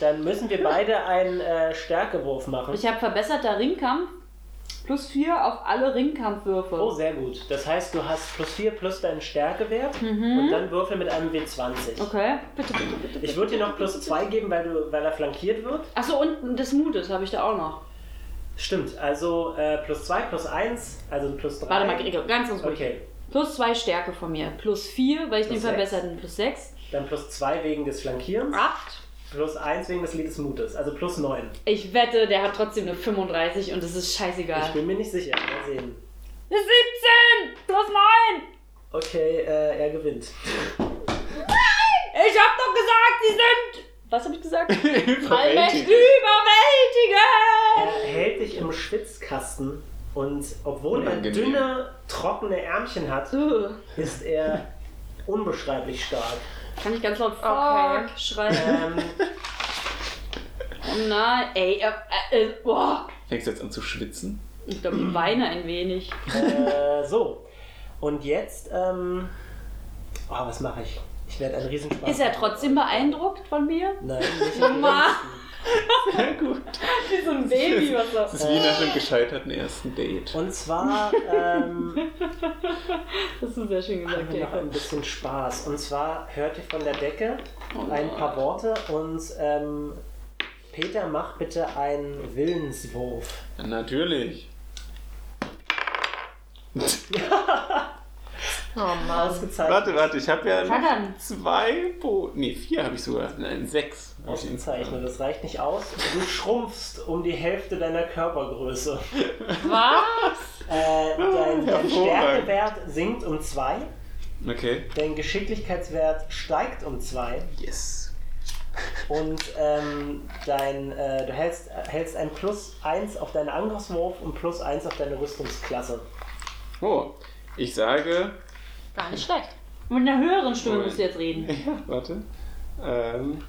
[SPEAKER 4] Dann müssen wir beide einen äh, Stärkewurf machen.
[SPEAKER 1] Ich habe verbesserter Ringkampf plus 4 auf alle Ringkampfwürfe.
[SPEAKER 4] Oh, sehr gut. Das heißt, du hast plus 4 plus deinen Stärkewert
[SPEAKER 1] Mhm.
[SPEAKER 4] und dann würfel mit einem W20.
[SPEAKER 1] Okay, bitte, bitte, bitte.
[SPEAKER 4] Ich würde dir noch plus 2 geben, weil, du, weil er flankiert wird.
[SPEAKER 1] Achso, und des Mutes habe ich da auch noch.
[SPEAKER 4] Stimmt, also äh, plus 2 plus 1, also plus 3.
[SPEAKER 1] Warte mal, Gregor, ganz, ganz ruhig.
[SPEAKER 4] Okay,
[SPEAKER 1] Plus 2 Stärke von mir. Plus 4, weil ich
[SPEAKER 4] Plus
[SPEAKER 1] den
[SPEAKER 4] sechs.
[SPEAKER 1] verbesserten. Plus 6.
[SPEAKER 4] dann plus 2 wegen des Flankierens,
[SPEAKER 1] 8.
[SPEAKER 4] plus 1 wegen des Liedes Mutes, also plus 9.
[SPEAKER 1] Ich wette, der hat trotzdem eine 35 und es ist
[SPEAKER 4] Ich
[SPEAKER 1] scheißegal.
[SPEAKER 4] bin mir nicht sicher, mal sehen.
[SPEAKER 1] Eine 17! Plus 9!
[SPEAKER 4] Okay, äh, er gewinnt.
[SPEAKER 1] Ich hab doch gesagt, sie sind. Was hab ich gesagt?
[SPEAKER 5] Überwältigend.
[SPEAKER 1] Überwältige!
[SPEAKER 4] Er hält dich im Schwitzkasten und obwohl
[SPEAKER 5] Unangenehm.
[SPEAKER 4] er dünne, trockene Ärmchen hat,
[SPEAKER 1] Ugh.
[SPEAKER 4] ist er unbeschreiblich stark.
[SPEAKER 1] Kann ich ganz laut Fuck
[SPEAKER 2] Okay.
[SPEAKER 1] schreien?
[SPEAKER 4] Ähm,
[SPEAKER 1] Oh nein, ey, äh, äh, boah.
[SPEAKER 5] Fängst du jetzt an zu schwitzen?
[SPEAKER 1] Ich glaube, ich weine ein wenig.
[SPEAKER 4] äh, so. Und jetzt, ähm, oh, was mache ich? Ich werde einen Riesenspaß.
[SPEAKER 1] Ist er trotzdem beeindruckt von mir?
[SPEAKER 4] Nein, nicht
[SPEAKER 1] Mama.
[SPEAKER 5] Sehr gut.
[SPEAKER 1] Wie so ein Baby, was
[SPEAKER 5] Das ist wie nach einem gescheiterten ersten Date.
[SPEAKER 4] Äh. Und zwar ähm,
[SPEAKER 1] Das ist sehr schön
[SPEAKER 4] haben
[SPEAKER 1] gesagt,
[SPEAKER 4] wir noch
[SPEAKER 1] Jakob.
[SPEAKER 4] ein bisschen Spaß. Und zwar hört ihr von der Decke ein paar Worte und ähm, Peter macht bitte einen Willenswurf.
[SPEAKER 5] Natürlich.
[SPEAKER 2] Oh Mann.
[SPEAKER 4] Ausgezeichnet.
[SPEAKER 5] Warte, warte, ich habe ja noch
[SPEAKER 1] Tackern.
[SPEAKER 5] zwei Bo Nee, vier habe ich sogar. Nein, sechs. hab ich
[SPEAKER 4] Ausgezeichnet, das reicht nicht aus. Du schrumpfst um die Hälfte deiner Körpergröße.
[SPEAKER 2] Was?
[SPEAKER 4] Äh, dein dein
[SPEAKER 5] Hervorragend.
[SPEAKER 4] Stärkewert sinkt um 2,
[SPEAKER 5] insgesamt. Okay.
[SPEAKER 4] dein Geschicklichkeitswert steigt um 2
[SPEAKER 5] Yes.
[SPEAKER 4] und ähm, dein, äh, du hältst, hältst ein Plus 1 auf deinen Angriffswurf und Plus 1 auf deine Rüstungsklasse.
[SPEAKER 5] Oh, ich sage.
[SPEAKER 2] Gar nicht schlecht.
[SPEAKER 1] Mit einer höheren Stimme musst du jetzt reden.
[SPEAKER 5] Ja, warte. Ähm.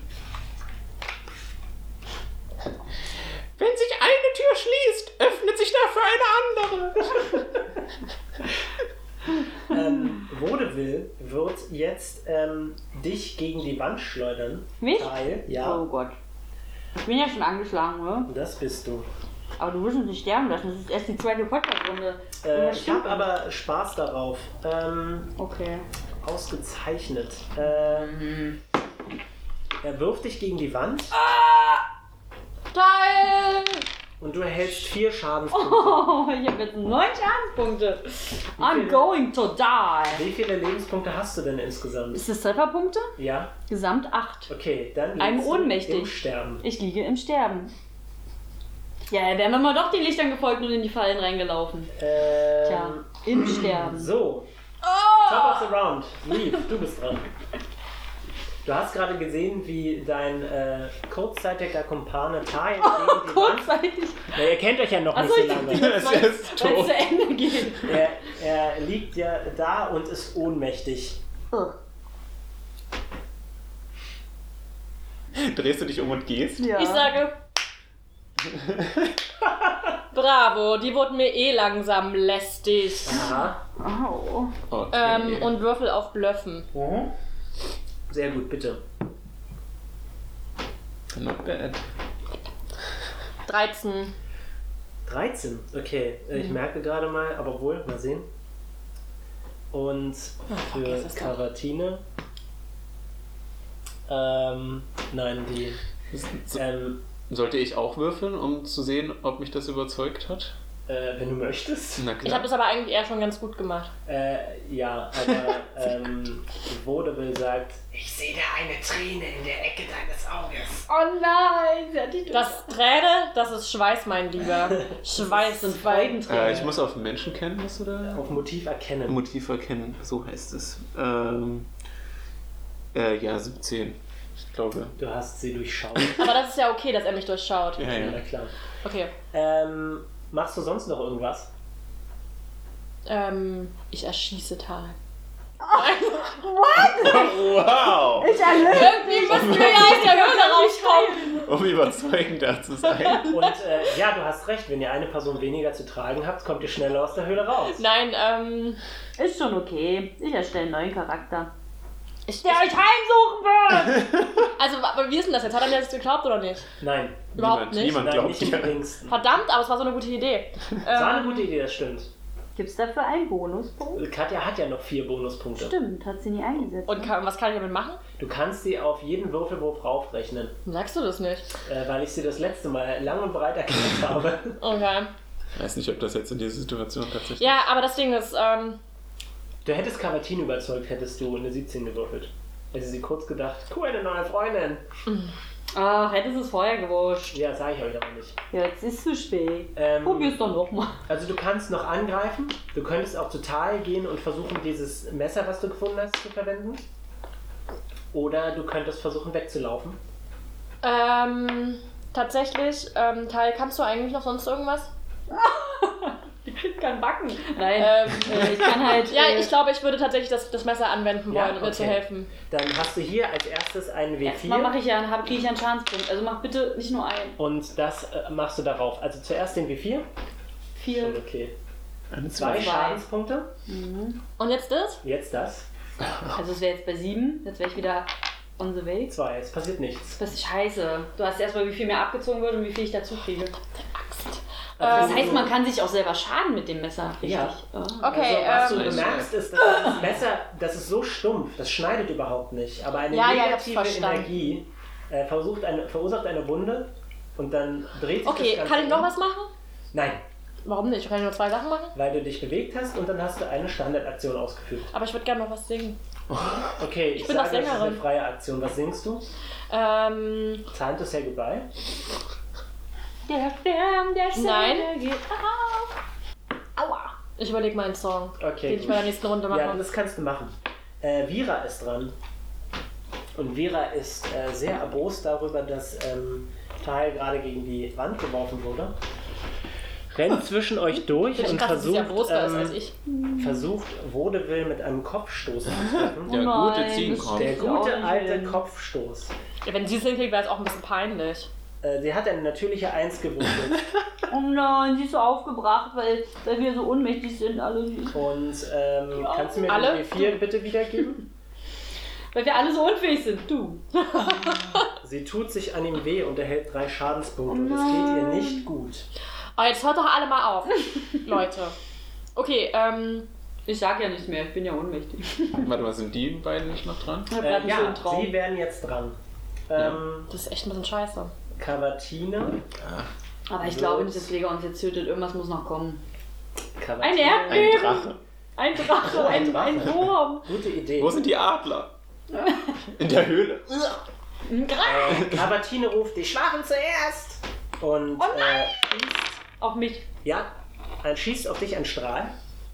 [SPEAKER 5] Wenn sich eine Tür schließt, öffnet sich dafür eine andere.
[SPEAKER 4] Ähm,
[SPEAKER 1] Hm.
[SPEAKER 4] Vaudeville wird jetzt ähm, dich gegen die Wand schleudern.
[SPEAKER 1] Mich?
[SPEAKER 4] Teil,
[SPEAKER 1] Oh
[SPEAKER 4] ja,
[SPEAKER 1] Gott. Ich bin ja schon angeschlagen, oder?
[SPEAKER 4] das bist du.
[SPEAKER 1] Aber du wirst uns nicht sterben lassen. Das ist erst die zweite Podcast-Runde.
[SPEAKER 4] Äh,
[SPEAKER 1] Ja,
[SPEAKER 4] ich
[SPEAKER 1] stimmt.
[SPEAKER 4] habe aber Spaß darauf. Ähm,
[SPEAKER 1] Okay.
[SPEAKER 4] Ausgezeichnet. Ähm,
[SPEAKER 1] Mhm.
[SPEAKER 4] er wirft dich gegen die Wand
[SPEAKER 1] Teil!
[SPEAKER 4] und du erhältst vier Schadenspunkte.
[SPEAKER 1] Oh, ich habe jetzt neun Schadenspunkte. I'm going to die.
[SPEAKER 4] Wie viele Lebenspunkte hast du denn insgesamt?
[SPEAKER 1] Ist das Trefferpunkte?
[SPEAKER 4] Ja,
[SPEAKER 1] Gesamt acht.
[SPEAKER 4] okay, dann
[SPEAKER 1] I'm
[SPEAKER 4] liegst du
[SPEAKER 1] ohnmächtig.
[SPEAKER 4] im Sterben.
[SPEAKER 1] Ich liege im Sterben. Ja, da wären wir mal doch den Lichtern gefolgt und in die Fallen reingelaufen.
[SPEAKER 4] Ähm,
[SPEAKER 1] Tja, im Sterben.
[SPEAKER 4] So. Top of the round. Leaf, du bist dran. Du hast gerade gesehen, wie dein äh, kurzzeitiger Kumpane Tai gegen die Wand...
[SPEAKER 1] Kurzzeitig,
[SPEAKER 4] Na, ihr kennt euch ja noch
[SPEAKER 1] Achso,
[SPEAKER 4] nicht
[SPEAKER 1] ich
[SPEAKER 4] so
[SPEAKER 1] dachte,
[SPEAKER 4] lange.
[SPEAKER 5] Es ist
[SPEAKER 1] weil es
[SPEAKER 5] tot.
[SPEAKER 1] zu Ende geht.
[SPEAKER 4] Er, er liegt ja da und ist ohnmächtig.
[SPEAKER 5] Drehst du dich um und gehst?
[SPEAKER 2] Ich sage. Bravo, die wurden mir eh langsam lästig.
[SPEAKER 4] Aha.
[SPEAKER 1] Au.
[SPEAKER 5] Okay.
[SPEAKER 2] Ähm, und Würfel auf Blöffen.
[SPEAKER 4] Sehr gut, bitte.
[SPEAKER 5] Not bad.
[SPEAKER 2] 13.
[SPEAKER 4] 13, okay. Äh, Ich merke gerade mal, aber wohl, mal sehen. Und für
[SPEAKER 2] vergiss es doch.
[SPEAKER 4] Caratine. Ähm, nein, die. Ähm,
[SPEAKER 5] Sollte ich auch würfeln, um zu sehen, ob mich das überzeugt hat?
[SPEAKER 4] äh, wenn du möchtest.
[SPEAKER 5] Na
[SPEAKER 2] Ich habe
[SPEAKER 5] klar.
[SPEAKER 2] das aber eigentlich eher schon ganz gut gemacht.
[SPEAKER 4] Äh, ja, aber ähm, Vaudeville sagt,
[SPEAKER 3] Ich sehe da eine Träne in der Ecke deines Auges.
[SPEAKER 1] Oh nein, sie hat die
[SPEAKER 2] Das Träne, das ist Schweiß, mein Lieber. Schweiß und Freuden.
[SPEAKER 5] Äh, ich muss auf Menschen kennen, was du da?
[SPEAKER 4] auf Motiv erkennen.
[SPEAKER 5] Motiv erkennen, so heißt es. Ähm, äh, ja, 17. Ich glaube.
[SPEAKER 4] Du hast sie durchschaut.
[SPEAKER 2] Aber das ist ja okay, dass er mich durchschaut.
[SPEAKER 5] Ja,
[SPEAKER 4] ja, na
[SPEAKER 5] ja.
[SPEAKER 4] klar.
[SPEAKER 2] Okay.
[SPEAKER 4] Ähm, machst du sonst noch irgendwas?
[SPEAKER 2] Ähm, ich erschieße Tal.
[SPEAKER 5] Wow!
[SPEAKER 6] Ich erlöse.
[SPEAKER 2] Irgendwie müssen wir ja aus der Höhle rauskommen.
[SPEAKER 5] Um überzeugender zu sein.
[SPEAKER 4] Und äh, ja, du hast recht, wenn ihr eine Person weniger zu tragen habt, kommt ihr schneller aus der Höhle raus.
[SPEAKER 2] Nein, ähm.
[SPEAKER 1] Ist schon okay. Ich erstelle einen neuen Charakter.
[SPEAKER 2] Ich,
[SPEAKER 1] Der euch heimsuchen wird!
[SPEAKER 2] also, aber wie ist denn das jetzt? Hat er mir das geglaubt oder nicht?
[SPEAKER 4] Nein,
[SPEAKER 5] niemand,
[SPEAKER 2] Überhaupt nicht.
[SPEAKER 5] niemand
[SPEAKER 4] nein,
[SPEAKER 5] glaubt
[SPEAKER 4] nicht im
[SPEAKER 5] dir.
[SPEAKER 4] geringsten.
[SPEAKER 2] Verdammt, aber es war so eine gute Idee.
[SPEAKER 4] Das war
[SPEAKER 2] Ähm,
[SPEAKER 4] eine gute Idee, das stimmt.
[SPEAKER 1] Gibt's dafür einen Bonuspunkt?
[SPEAKER 4] Katja hat ja noch vier Bonuspunkte.
[SPEAKER 1] Stimmt, hat sie nie eingesetzt.
[SPEAKER 2] und kann, was kann ich damit machen?
[SPEAKER 4] Du kannst sie auf jeden Würfelwurf raufrechnen,
[SPEAKER 2] Sagst du das nicht?
[SPEAKER 4] äh, weil ich sie das letzte Mal lang und breit erklärt habe.
[SPEAKER 2] Okay.
[SPEAKER 5] Ich weiß nicht, ob das jetzt in dieser Situation tatsächlich.
[SPEAKER 2] Ja, aber das Ding ist, ähm,
[SPEAKER 4] Du hättest Cavatin überzeugt, hättest du eine 17 gewürfelt. Hätte sie kurz gedacht, cool, eine neue Freundin.
[SPEAKER 1] Ach, hättest du es vorher gewusst.
[SPEAKER 4] Ja, sage ich euch aber nicht.
[SPEAKER 1] Ja, jetzt ist zu spät.
[SPEAKER 4] Ähm,
[SPEAKER 1] Probier's doch nochmal.
[SPEAKER 4] Also du kannst noch angreifen. Du könntest auch total gehen und versuchen, dieses Messer, was du gefunden hast, zu verwenden. Oder du könntest versuchen, wegzulaufen.
[SPEAKER 2] ähm, tatsächlich, ähm, Tal, kannst du eigentlich noch sonst irgendwas?
[SPEAKER 1] Ich kann backen. Nein,
[SPEAKER 2] Ähm,
[SPEAKER 1] äh, ich kann halt.
[SPEAKER 2] Ja,
[SPEAKER 1] äh,
[SPEAKER 2] ich glaube, ich würde tatsächlich das, das Messer anwenden wollen,
[SPEAKER 4] Ja,
[SPEAKER 2] um mir zu
[SPEAKER 4] okay.
[SPEAKER 2] helfen.
[SPEAKER 4] Dann hast du hier als erstes einen
[SPEAKER 1] Erstmal
[SPEAKER 4] W4.
[SPEAKER 1] mache ich ja einen, hab, krieg ich ja einen Schadenspunkt. Also mach bitte nicht nur einen.
[SPEAKER 4] Und das äh, machst du darauf. Also zuerst den W4. Schon
[SPEAKER 1] Vier.
[SPEAKER 4] okay.
[SPEAKER 5] Eine
[SPEAKER 4] Zwei
[SPEAKER 5] zwei.
[SPEAKER 4] Schadenspunkte.
[SPEAKER 2] Und jetzt das?
[SPEAKER 4] Jetzt das.
[SPEAKER 1] Also es wäre jetzt bei sieben, jetzt wäre ich wieder on the way.
[SPEAKER 4] Zwei, es passiert nichts.
[SPEAKER 1] Das ist scheiße. Du hast erstmal, wie viel mir abgezogen wird und wie viel ich dazu kriege.
[SPEAKER 4] Also,
[SPEAKER 1] Äh, Das heißt, man kann sich auch selber schaden mit dem Messer. Richtig.
[SPEAKER 4] Ja.
[SPEAKER 1] Ah.
[SPEAKER 2] Okay,
[SPEAKER 4] also, was
[SPEAKER 2] ähm,
[SPEAKER 4] du bemerkst, ist, dass das Messer, das ist so stumpf, das schneidet überhaupt nicht. Aber eine
[SPEAKER 2] Ja, ja, ich hab's
[SPEAKER 4] negative
[SPEAKER 2] verstanden.
[SPEAKER 4] Energie äh, versucht eine, verursacht eine Wunde und dann dreht sich das
[SPEAKER 2] okay,
[SPEAKER 4] Ganze
[SPEAKER 2] kann ich noch
[SPEAKER 4] um.
[SPEAKER 2] was machen?
[SPEAKER 4] Nein,
[SPEAKER 2] Warum nicht? Kann ich nur zwei Sachen machen?
[SPEAKER 4] weil du dich bewegt hast und dann hast du eine Standardaktion ausgeführt.
[SPEAKER 2] Aber ich würde gerne noch was singen.
[SPEAKER 4] Okay, ich, sage,
[SPEAKER 2] bin doch
[SPEAKER 4] das ist eine
[SPEAKER 2] Sängerin.
[SPEAKER 4] freie Aktion. Was singst du?
[SPEAKER 2] Ähm,
[SPEAKER 4] Time to say goodbye.
[SPEAKER 1] Der Stern, der Stern,
[SPEAKER 2] Nein.
[SPEAKER 1] geht auf. Aua.
[SPEAKER 2] ich überlege mal einen Song,
[SPEAKER 4] Okay,
[SPEAKER 2] den ich
[SPEAKER 4] gut.
[SPEAKER 2] bei der nächsten Runde mache.
[SPEAKER 4] Ja, das kannst du machen. Äh, Vira ist dran. Und Vira ist äh, sehr erbost darüber, dass ähm, Teil gerade gegen die Wand geworfen wurde. Rennt zwischen euch durch
[SPEAKER 2] ich
[SPEAKER 4] und
[SPEAKER 2] krass, dass sie
[SPEAKER 4] versucht,
[SPEAKER 2] ja größer ist als
[SPEAKER 4] ähm,
[SPEAKER 2] ich.
[SPEAKER 4] versucht Vaudeville mit einem Kopfstoß zu treffen.
[SPEAKER 5] Der
[SPEAKER 1] nein,
[SPEAKER 5] gute Ziegenkopf.
[SPEAKER 4] Der
[SPEAKER 1] will auch
[SPEAKER 4] gute
[SPEAKER 1] nicht
[SPEAKER 4] alte
[SPEAKER 1] hin.
[SPEAKER 4] Kopfstoß.
[SPEAKER 2] Ja, wenn sie es hinkriegt, wäre es auch ein bisschen peinlich.
[SPEAKER 4] Äh, sie hat eine natürliche Eins gewürfelt.
[SPEAKER 1] Oh nein, sie ist so aufgebracht, weil, weil wir so ohnmächtig sind alle.
[SPEAKER 4] und ähm, kannst du mir
[SPEAKER 2] Alle?
[SPEAKER 4] den W4 bitte wiedergeben?
[SPEAKER 1] Weil wir alle so unfähig sind. Du.
[SPEAKER 4] Sie tut sich an ihm weh und erhält drei Schadenspunkte. und es geht ihr nicht gut.
[SPEAKER 2] Aber jetzt hört doch alle mal auf, Leute. Okay, ähm,
[SPEAKER 1] Ich sag ja nichts mehr, ich bin ja ohnmächtig.
[SPEAKER 5] Warte mal, sind die beiden nicht noch dran?
[SPEAKER 1] Ich hab grad
[SPEAKER 4] Äh,
[SPEAKER 1] einen
[SPEAKER 4] ja,
[SPEAKER 1] schönen Traum.
[SPEAKER 4] sie werden jetzt dran. Ähm,
[SPEAKER 2] das ist echt ein bisschen scheiße.
[SPEAKER 4] Cavatina.
[SPEAKER 1] Aber ich glaube nicht, dass Vega uns jetzt tötet. Irgendwas muss noch kommen.
[SPEAKER 4] Cavatina.
[SPEAKER 1] Ein
[SPEAKER 5] Ein
[SPEAKER 1] Erdbeben!
[SPEAKER 5] Drache.
[SPEAKER 1] Ein Drache,
[SPEAKER 4] Oh, ein
[SPEAKER 1] ein,
[SPEAKER 4] Drache.
[SPEAKER 1] ein Wurm.
[SPEAKER 4] Gute Idee.
[SPEAKER 5] Wo sind die Adler? In der Höhle.
[SPEAKER 1] Ein Gra
[SPEAKER 4] äh, Cavatine ruft die Schwachen zuerst. Und
[SPEAKER 1] Oh
[SPEAKER 4] äh,
[SPEAKER 1] Auf mich.
[SPEAKER 4] ja, ein schießt auf dich ein Strahl.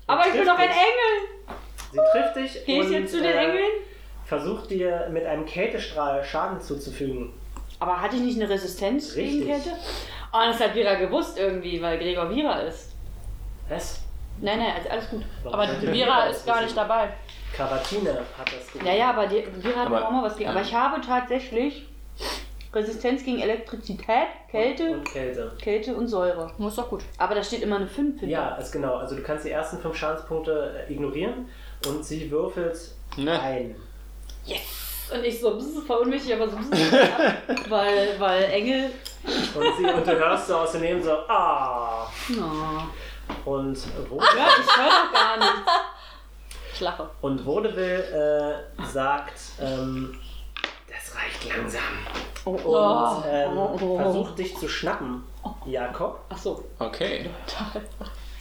[SPEAKER 1] Aber ich bin
[SPEAKER 4] trifft
[SPEAKER 1] doch ein
[SPEAKER 4] dich.
[SPEAKER 1] Engel.
[SPEAKER 4] Sie trifft dich
[SPEAKER 1] Gehe ich
[SPEAKER 4] und
[SPEAKER 1] jetzt zu den
[SPEAKER 4] äh,
[SPEAKER 1] Engeln?
[SPEAKER 4] versucht dir mit einem Kältestrahl Schaden zuzufügen.
[SPEAKER 1] Aber hatte ich nicht eine Resistenz gegen
[SPEAKER 4] Richtig.
[SPEAKER 1] Kälte? Oh, das hat Vira gewusst irgendwie, weil Gregor Vira ist.
[SPEAKER 4] Was?
[SPEAKER 1] Nein, nein, also alles gut.
[SPEAKER 4] Warum
[SPEAKER 2] Aber
[SPEAKER 4] sollte
[SPEAKER 2] die
[SPEAKER 4] Vera
[SPEAKER 2] Vera
[SPEAKER 4] das
[SPEAKER 2] ist gar
[SPEAKER 4] wissen?
[SPEAKER 2] nicht dabei.
[SPEAKER 4] Cavatine hat das gemacht.
[SPEAKER 1] Ja, ja, aber die, Vira hat
[SPEAKER 5] Aber-
[SPEAKER 1] mir auch mal was gegen. Aber ich habe tatsächlich Resistenz gegen Elektrizität, Kälte,
[SPEAKER 4] Und Kälte.
[SPEAKER 1] Kälte und Säure.
[SPEAKER 2] Muss doch gut.
[SPEAKER 1] Aber da steht immer eine 5 hinter.
[SPEAKER 4] Ja, ist genau. Also du kannst die ersten fünf Schadenspunkte äh, ignorieren und sie würfelt
[SPEAKER 5] Ne.
[SPEAKER 4] ein.
[SPEAKER 1] Und ich so, das ist voll unwichtig, aber so, bzz, ab, weil, weil Engel.
[SPEAKER 4] Und, sie, und du hörst so aus dem Neben so, ah.
[SPEAKER 1] Oh.
[SPEAKER 4] Und wo
[SPEAKER 1] Ja, ich höre doch gar nichts.
[SPEAKER 2] Ich lache.
[SPEAKER 4] Und Vaudeville äh, sagt, ähm,
[SPEAKER 3] Das reicht langsam.
[SPEAKER 1] Oh,
[SPEAKER 2] Oh.
[SPEAKER 4] ähm, versucht dich zu schnappen, Jakob.
[SPEAKER 1] Ach so.
[SPEAKER 5] Okay.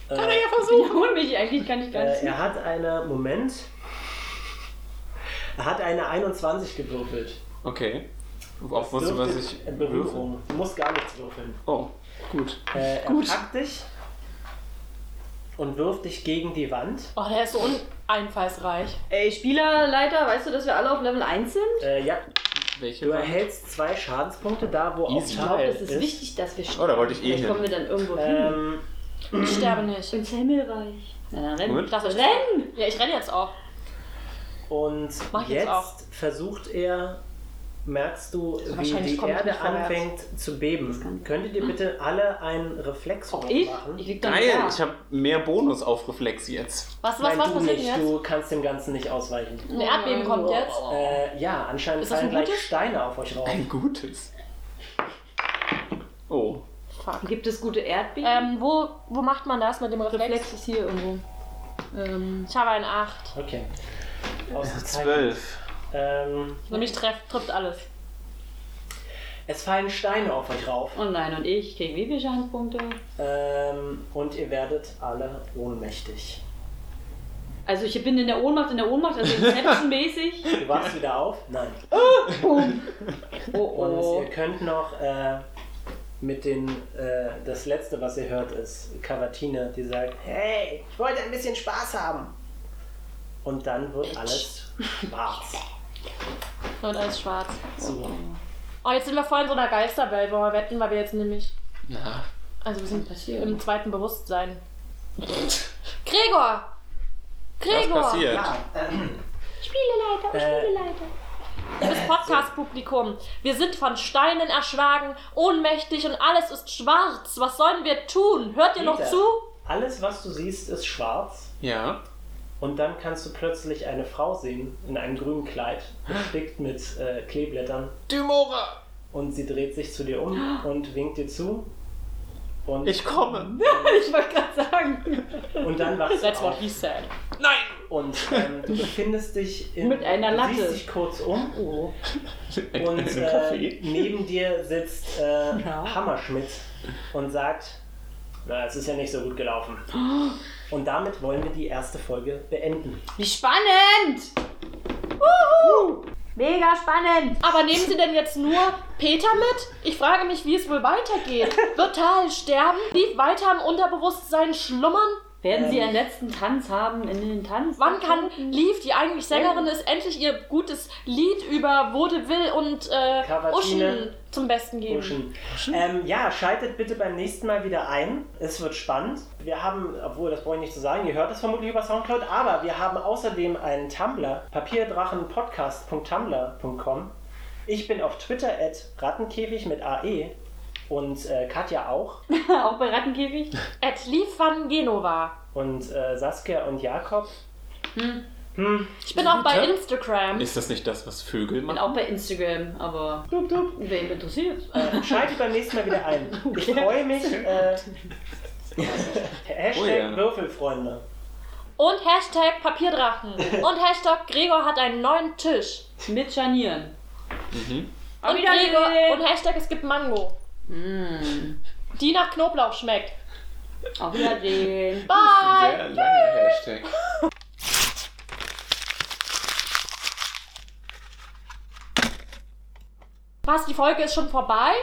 [SPEAKER 4] Äh,
[SPEAKER 1] Ich bin ohnmächtig, eigentlich kann ich gar nicht.
[SPEAKER 4] äh, er hat eine, Moment, er hat eine 21 gewürfelt.
[SPEAKER 5] Okay. Auch wusste, was
[SPEAKER 4] Dürfte-
[SPEAKER 5] ich
[SPEAKER 4] äh,
[SPEAKER 5] würfel.
[SPEAKER 4] Berührung. Du musst gar nichts würfeln.
[SPEAKER 5] Oh, gut.
[SPEAKER 4] Äh, er packt dich und wirft dich gegen die Wand.
[SPEAKER 2] Oh, der ist so uneinfallsreich.
[SPEAKER 1] Ey, Spielerleiter, weißt du, dass wir alle auf Level 1 sind?
[SPEAKER 4] Äh, ja,
[SPEAKER 5] Welche?
[SPEAKER 4] du
[SPEAKER 2] Genau.
[SPEAKER 5] war-
[SPEAKER 4] erhältst zwei Schadenspunkte da, wo
[SPEAKER 5] Easy.
[SPEAKER 4] auch
[SPEAKER 1] Ich glaube,
[SPEAKER 4] Teil
[SPEAKER 1] es ist, wichtig, dass wir
[SPEAKER 5] Oh, da wollte ich eh
[SPEAKER 1] Vielleicht kommen
[SPEAKER 5] hin.
[SPEAKER 1] wir dann irgendwo hin.
[SPEAKER 4] Ähm,
[SPEAKER 2] Hm. Ich sterbe nicht.
[SPEAKER 1] Ins Himmelreich. Na, dann renn.
[SPEAKER 5] Gut.
[SPEAKER 2] Das ist-
[SPEAKER 1] Renn!
[SPEAKER 2] Ja, ich renne jetzt auch.
[SPEAKER 4] Und
[SPEAKER 2] Mach ich
[SPEAKER 4] jetzt,
[SPEAKER 2] jetzt auch. Also
[SPEAKER 4] versucht er, merkst du, wie
[SPEAKER 2] Wahrscheinlich
[SPEAKER 4] die
[SPEAKER 2] komme ich
[SPEAKER 4] Erde
[SPEAKER 2] nicht vorwärts.
[SPEAKER 4] anfängt zu beben. Könntet
[SPEAKER 2] Hm.
[SPEAKER 4] ihr bitte alle einen Reflex
[SPEAKER 1] Auch ich?
[SPEAKER 4] machen?
[SPEAKER 1] Ich lieg doch
[SPEAKER 5] Geil,
[SPEAKER 1] da.
[SPEAKER 5] ich habe mehr Bonus auf Reflex jetzt.
[SPEAKER 2] Was, was,
[SPEAKER 4] Nein,
[SPEAKER 2] was
[SPEAKER 4] du
[SPEAKER 2] passiert denn
[SPEAKER 4] nicht,
[SPEAKER 2] jetzt?
[SPEAKER 4] du kannst dem Ganzen nicht ausweichen.
[SPEAKER 2] Ein Erdbeben kommt jetzt.
[SPEAKER 4] Äh, ja, anscheinend
[SPEAKER 2] Ist das
[SPEAKER 4] fallen
[SPEAKER 2] ein
[SPEAKER 4] gleich
[SPEAKER 2] gutes?
[SPEAKER 4] Steine auf euch rauf.
[SPEAKER 5] Ein gutes. Oh,
[SPEAKER 1] Gibt es gute Erdbeben?
[SPEAKER 2] Ähm, wo, wo macht man das mit dem Reflex?
[SPEAKER 1] Reflex ist hier irgendwo. Ähm,
[SPEAKER 2] Ich habe eine 8.
[SPEAKER 4] Okay. Ausgezeichnet.
[SPEAKER 5] zwölf.
[SPEAKER 4] Ähm,
[SPEAKER 2] Nämlich treff, trifft alles.
[SPEAKER 4] es fallen Steine auf euch rauf
[SPEAKER 1] oh nein, und ich kriege wie viele Schadenspunkte?
[SPEAKER 4] ähm, und ihr werdet alle ohnmächtig.
[SPEAKER 1] Also ich bin in der Ohnmacht, in der Ohnmacht, also inception-mäßig.
[SPEAKER 4] Du wachst wieder auf? Nein.
[SPEAKER 1] Oh,
[SPEAKER 4] Und
[SPEAKER 1] oh.
[SPEAKER 4] ihr könnt noch äh, mit den, äh, das letzte, was ihr hört, ist Cavatine, die sagt, hey, ich wollte ein bisschen Spaß haben. Und dann wird alles schwarz.
[SPEAKER 2] Und alles schwarz.
[SPEAKER 4] So.
[SPEAKER 2] Oh, jetzt sind wir voll in so einer Geisterwelt, wollen wir wetten, weil wir jetzt nämlich.
[SPEAKER 5] Na,
[SPEAKER 2] Also wir sind im zweiten Bewusstsein. Gregor!
[SPEAKER 5] was
[SPEAKER 2] Gregor!
[SPEAKER 5] passiert?
[SPEAKER 4] Äh,
[SPEAKER 2] Liebes Podcast-Publikum, wir sind von Steinen erschlagen, ohnmächtig und alles ist schwarz. Was sollen wir tun? Hört ihr noch
[SPEAKER 4] Peter,
[SPEAKER 2] zu?
[SPEAKER 4] Alles, was du siehst, ist schwarz.
[SPEAKER 5] Ja.
[SPEAKER 4] Und dann kannst du plötzlich eine Frau sehen in einem grünen Kleid, bestickt mit äh, Kleeblättern.
[SPEAKER 5] Dymora!
[SPEAKER 4] Und sie dreht sich zu dir um und winkt dir zu. Und,
[SPEAKER 5] Ich komme!
[SPEAKER 1] Ich wollte gerade sagen.
[SPEAKER 4] und dann wachst du
[SPEAKER 2] That's what
[SPEAKER 4] auf.
[SPEAKER 2] he said.
[SPEAKER 5] Nein!
[SPEAKER 4] Und ähm, du befindest dich in,
[SPEAKER 1] Mit einer Latte.
[SPEAKER 4] siehst dich kurz um
[SPEAKER 1] Oh.
[SPEAKER 4] und
[SPEAKER 5] Einen
[SPEAKER 4] äh,
[SPEAKER 5] Kaffee?
[SPEAKER 4] neben dir sitzt äh, Hammerschmidt und sagt, na, es ist ja nicht so gut gelaufen.
[SPEAKER 2] Oh.
[SPEAKER 4] Und damit wollen wir die erste Folge beenden.
[SPEAKER 1] Wie spannend! Uhu. Mega spannend!
[SPEAKER 2] Aber nehmen Sie denn jetzt nur Peter mit? Ich frage mich, wie es wohl weitergeht. Wird Tal sterben? Lief weiter im Unterbewusstsein schlummern?
[SPEAKER 1] Werden Sie
[SPEAKER 4] Ähm.
[SPEAKER 1] einen letzten Tanz haben in den Tanz?
[SPEAKER 2] Wann kann Lief, die eigentlich Sängerin ist, endlich ihr gutes Lied über Vaudeville und äh,
[SPEAKER 4] Cavatine.
[SPEAKER 2] Uschen zum Besten geben?
[SPEAKER 4] Buschen. Ähm, ja, schaltet bitte beim nächsten Mal wieder ein. Es wird spannend. Wir haben, obwohl das brauche ich nicht zu sagen, ihr hört es vermutlich über Soundcloud, aber wir haben außerdem einen Tumblr, papierdrachenpodcast.tumblr.com. Ich bin auf Twitter at rattenkäfig mit AE und äh, Katja auch.
[SPEAKER 1] Auch bei Rattenkäfig?
[SPEAKER 2] At Lief van Genova.
[SPEAKER 4] Und äh, Saskia und Jakob.
[SPEAKER 2] Ich bin auch bei
[SPEAKER 5] Bitte?
[SPEAKER 2] Instagram.
[SPEAKER 5] Ist das nicht das, was Vögel
[SPEAKER 1] Und
[SPEAKER 5] machen?
[SPEAKER 1] auch bei Instagram, aber
[SPEAKER 4] Dup, dup. Äh,
[SPEAKER 1] wen interessiert? äh,
[SPEAKER 4] Schaltet beim nächsten Mal wieder ein. Ich freue mich. Äh, Hashtag
[SPEAKER 5] Oh ja.
[SPEAKER 4] Würfelfreunde.
[SPEAKER 2] Und Hashtag Papierdrachen. Und Hashtag Gregor hat einen neuen Tisch.
[SPEAKER 1] Mit Scharnieren. Mhm.
[SPEAKER 2] Und, Gregor, und Hashtag es gibt Mango. Die nach Knoblauch schmeckt.
[SPEAKER 1] Auf Wiedersehen.
[SPEAKER 2] Bye!
[SPEAKER 5] Sehr langer Hashtag.
[SPEAKER 2] Was, die Folge ist schon vorbei?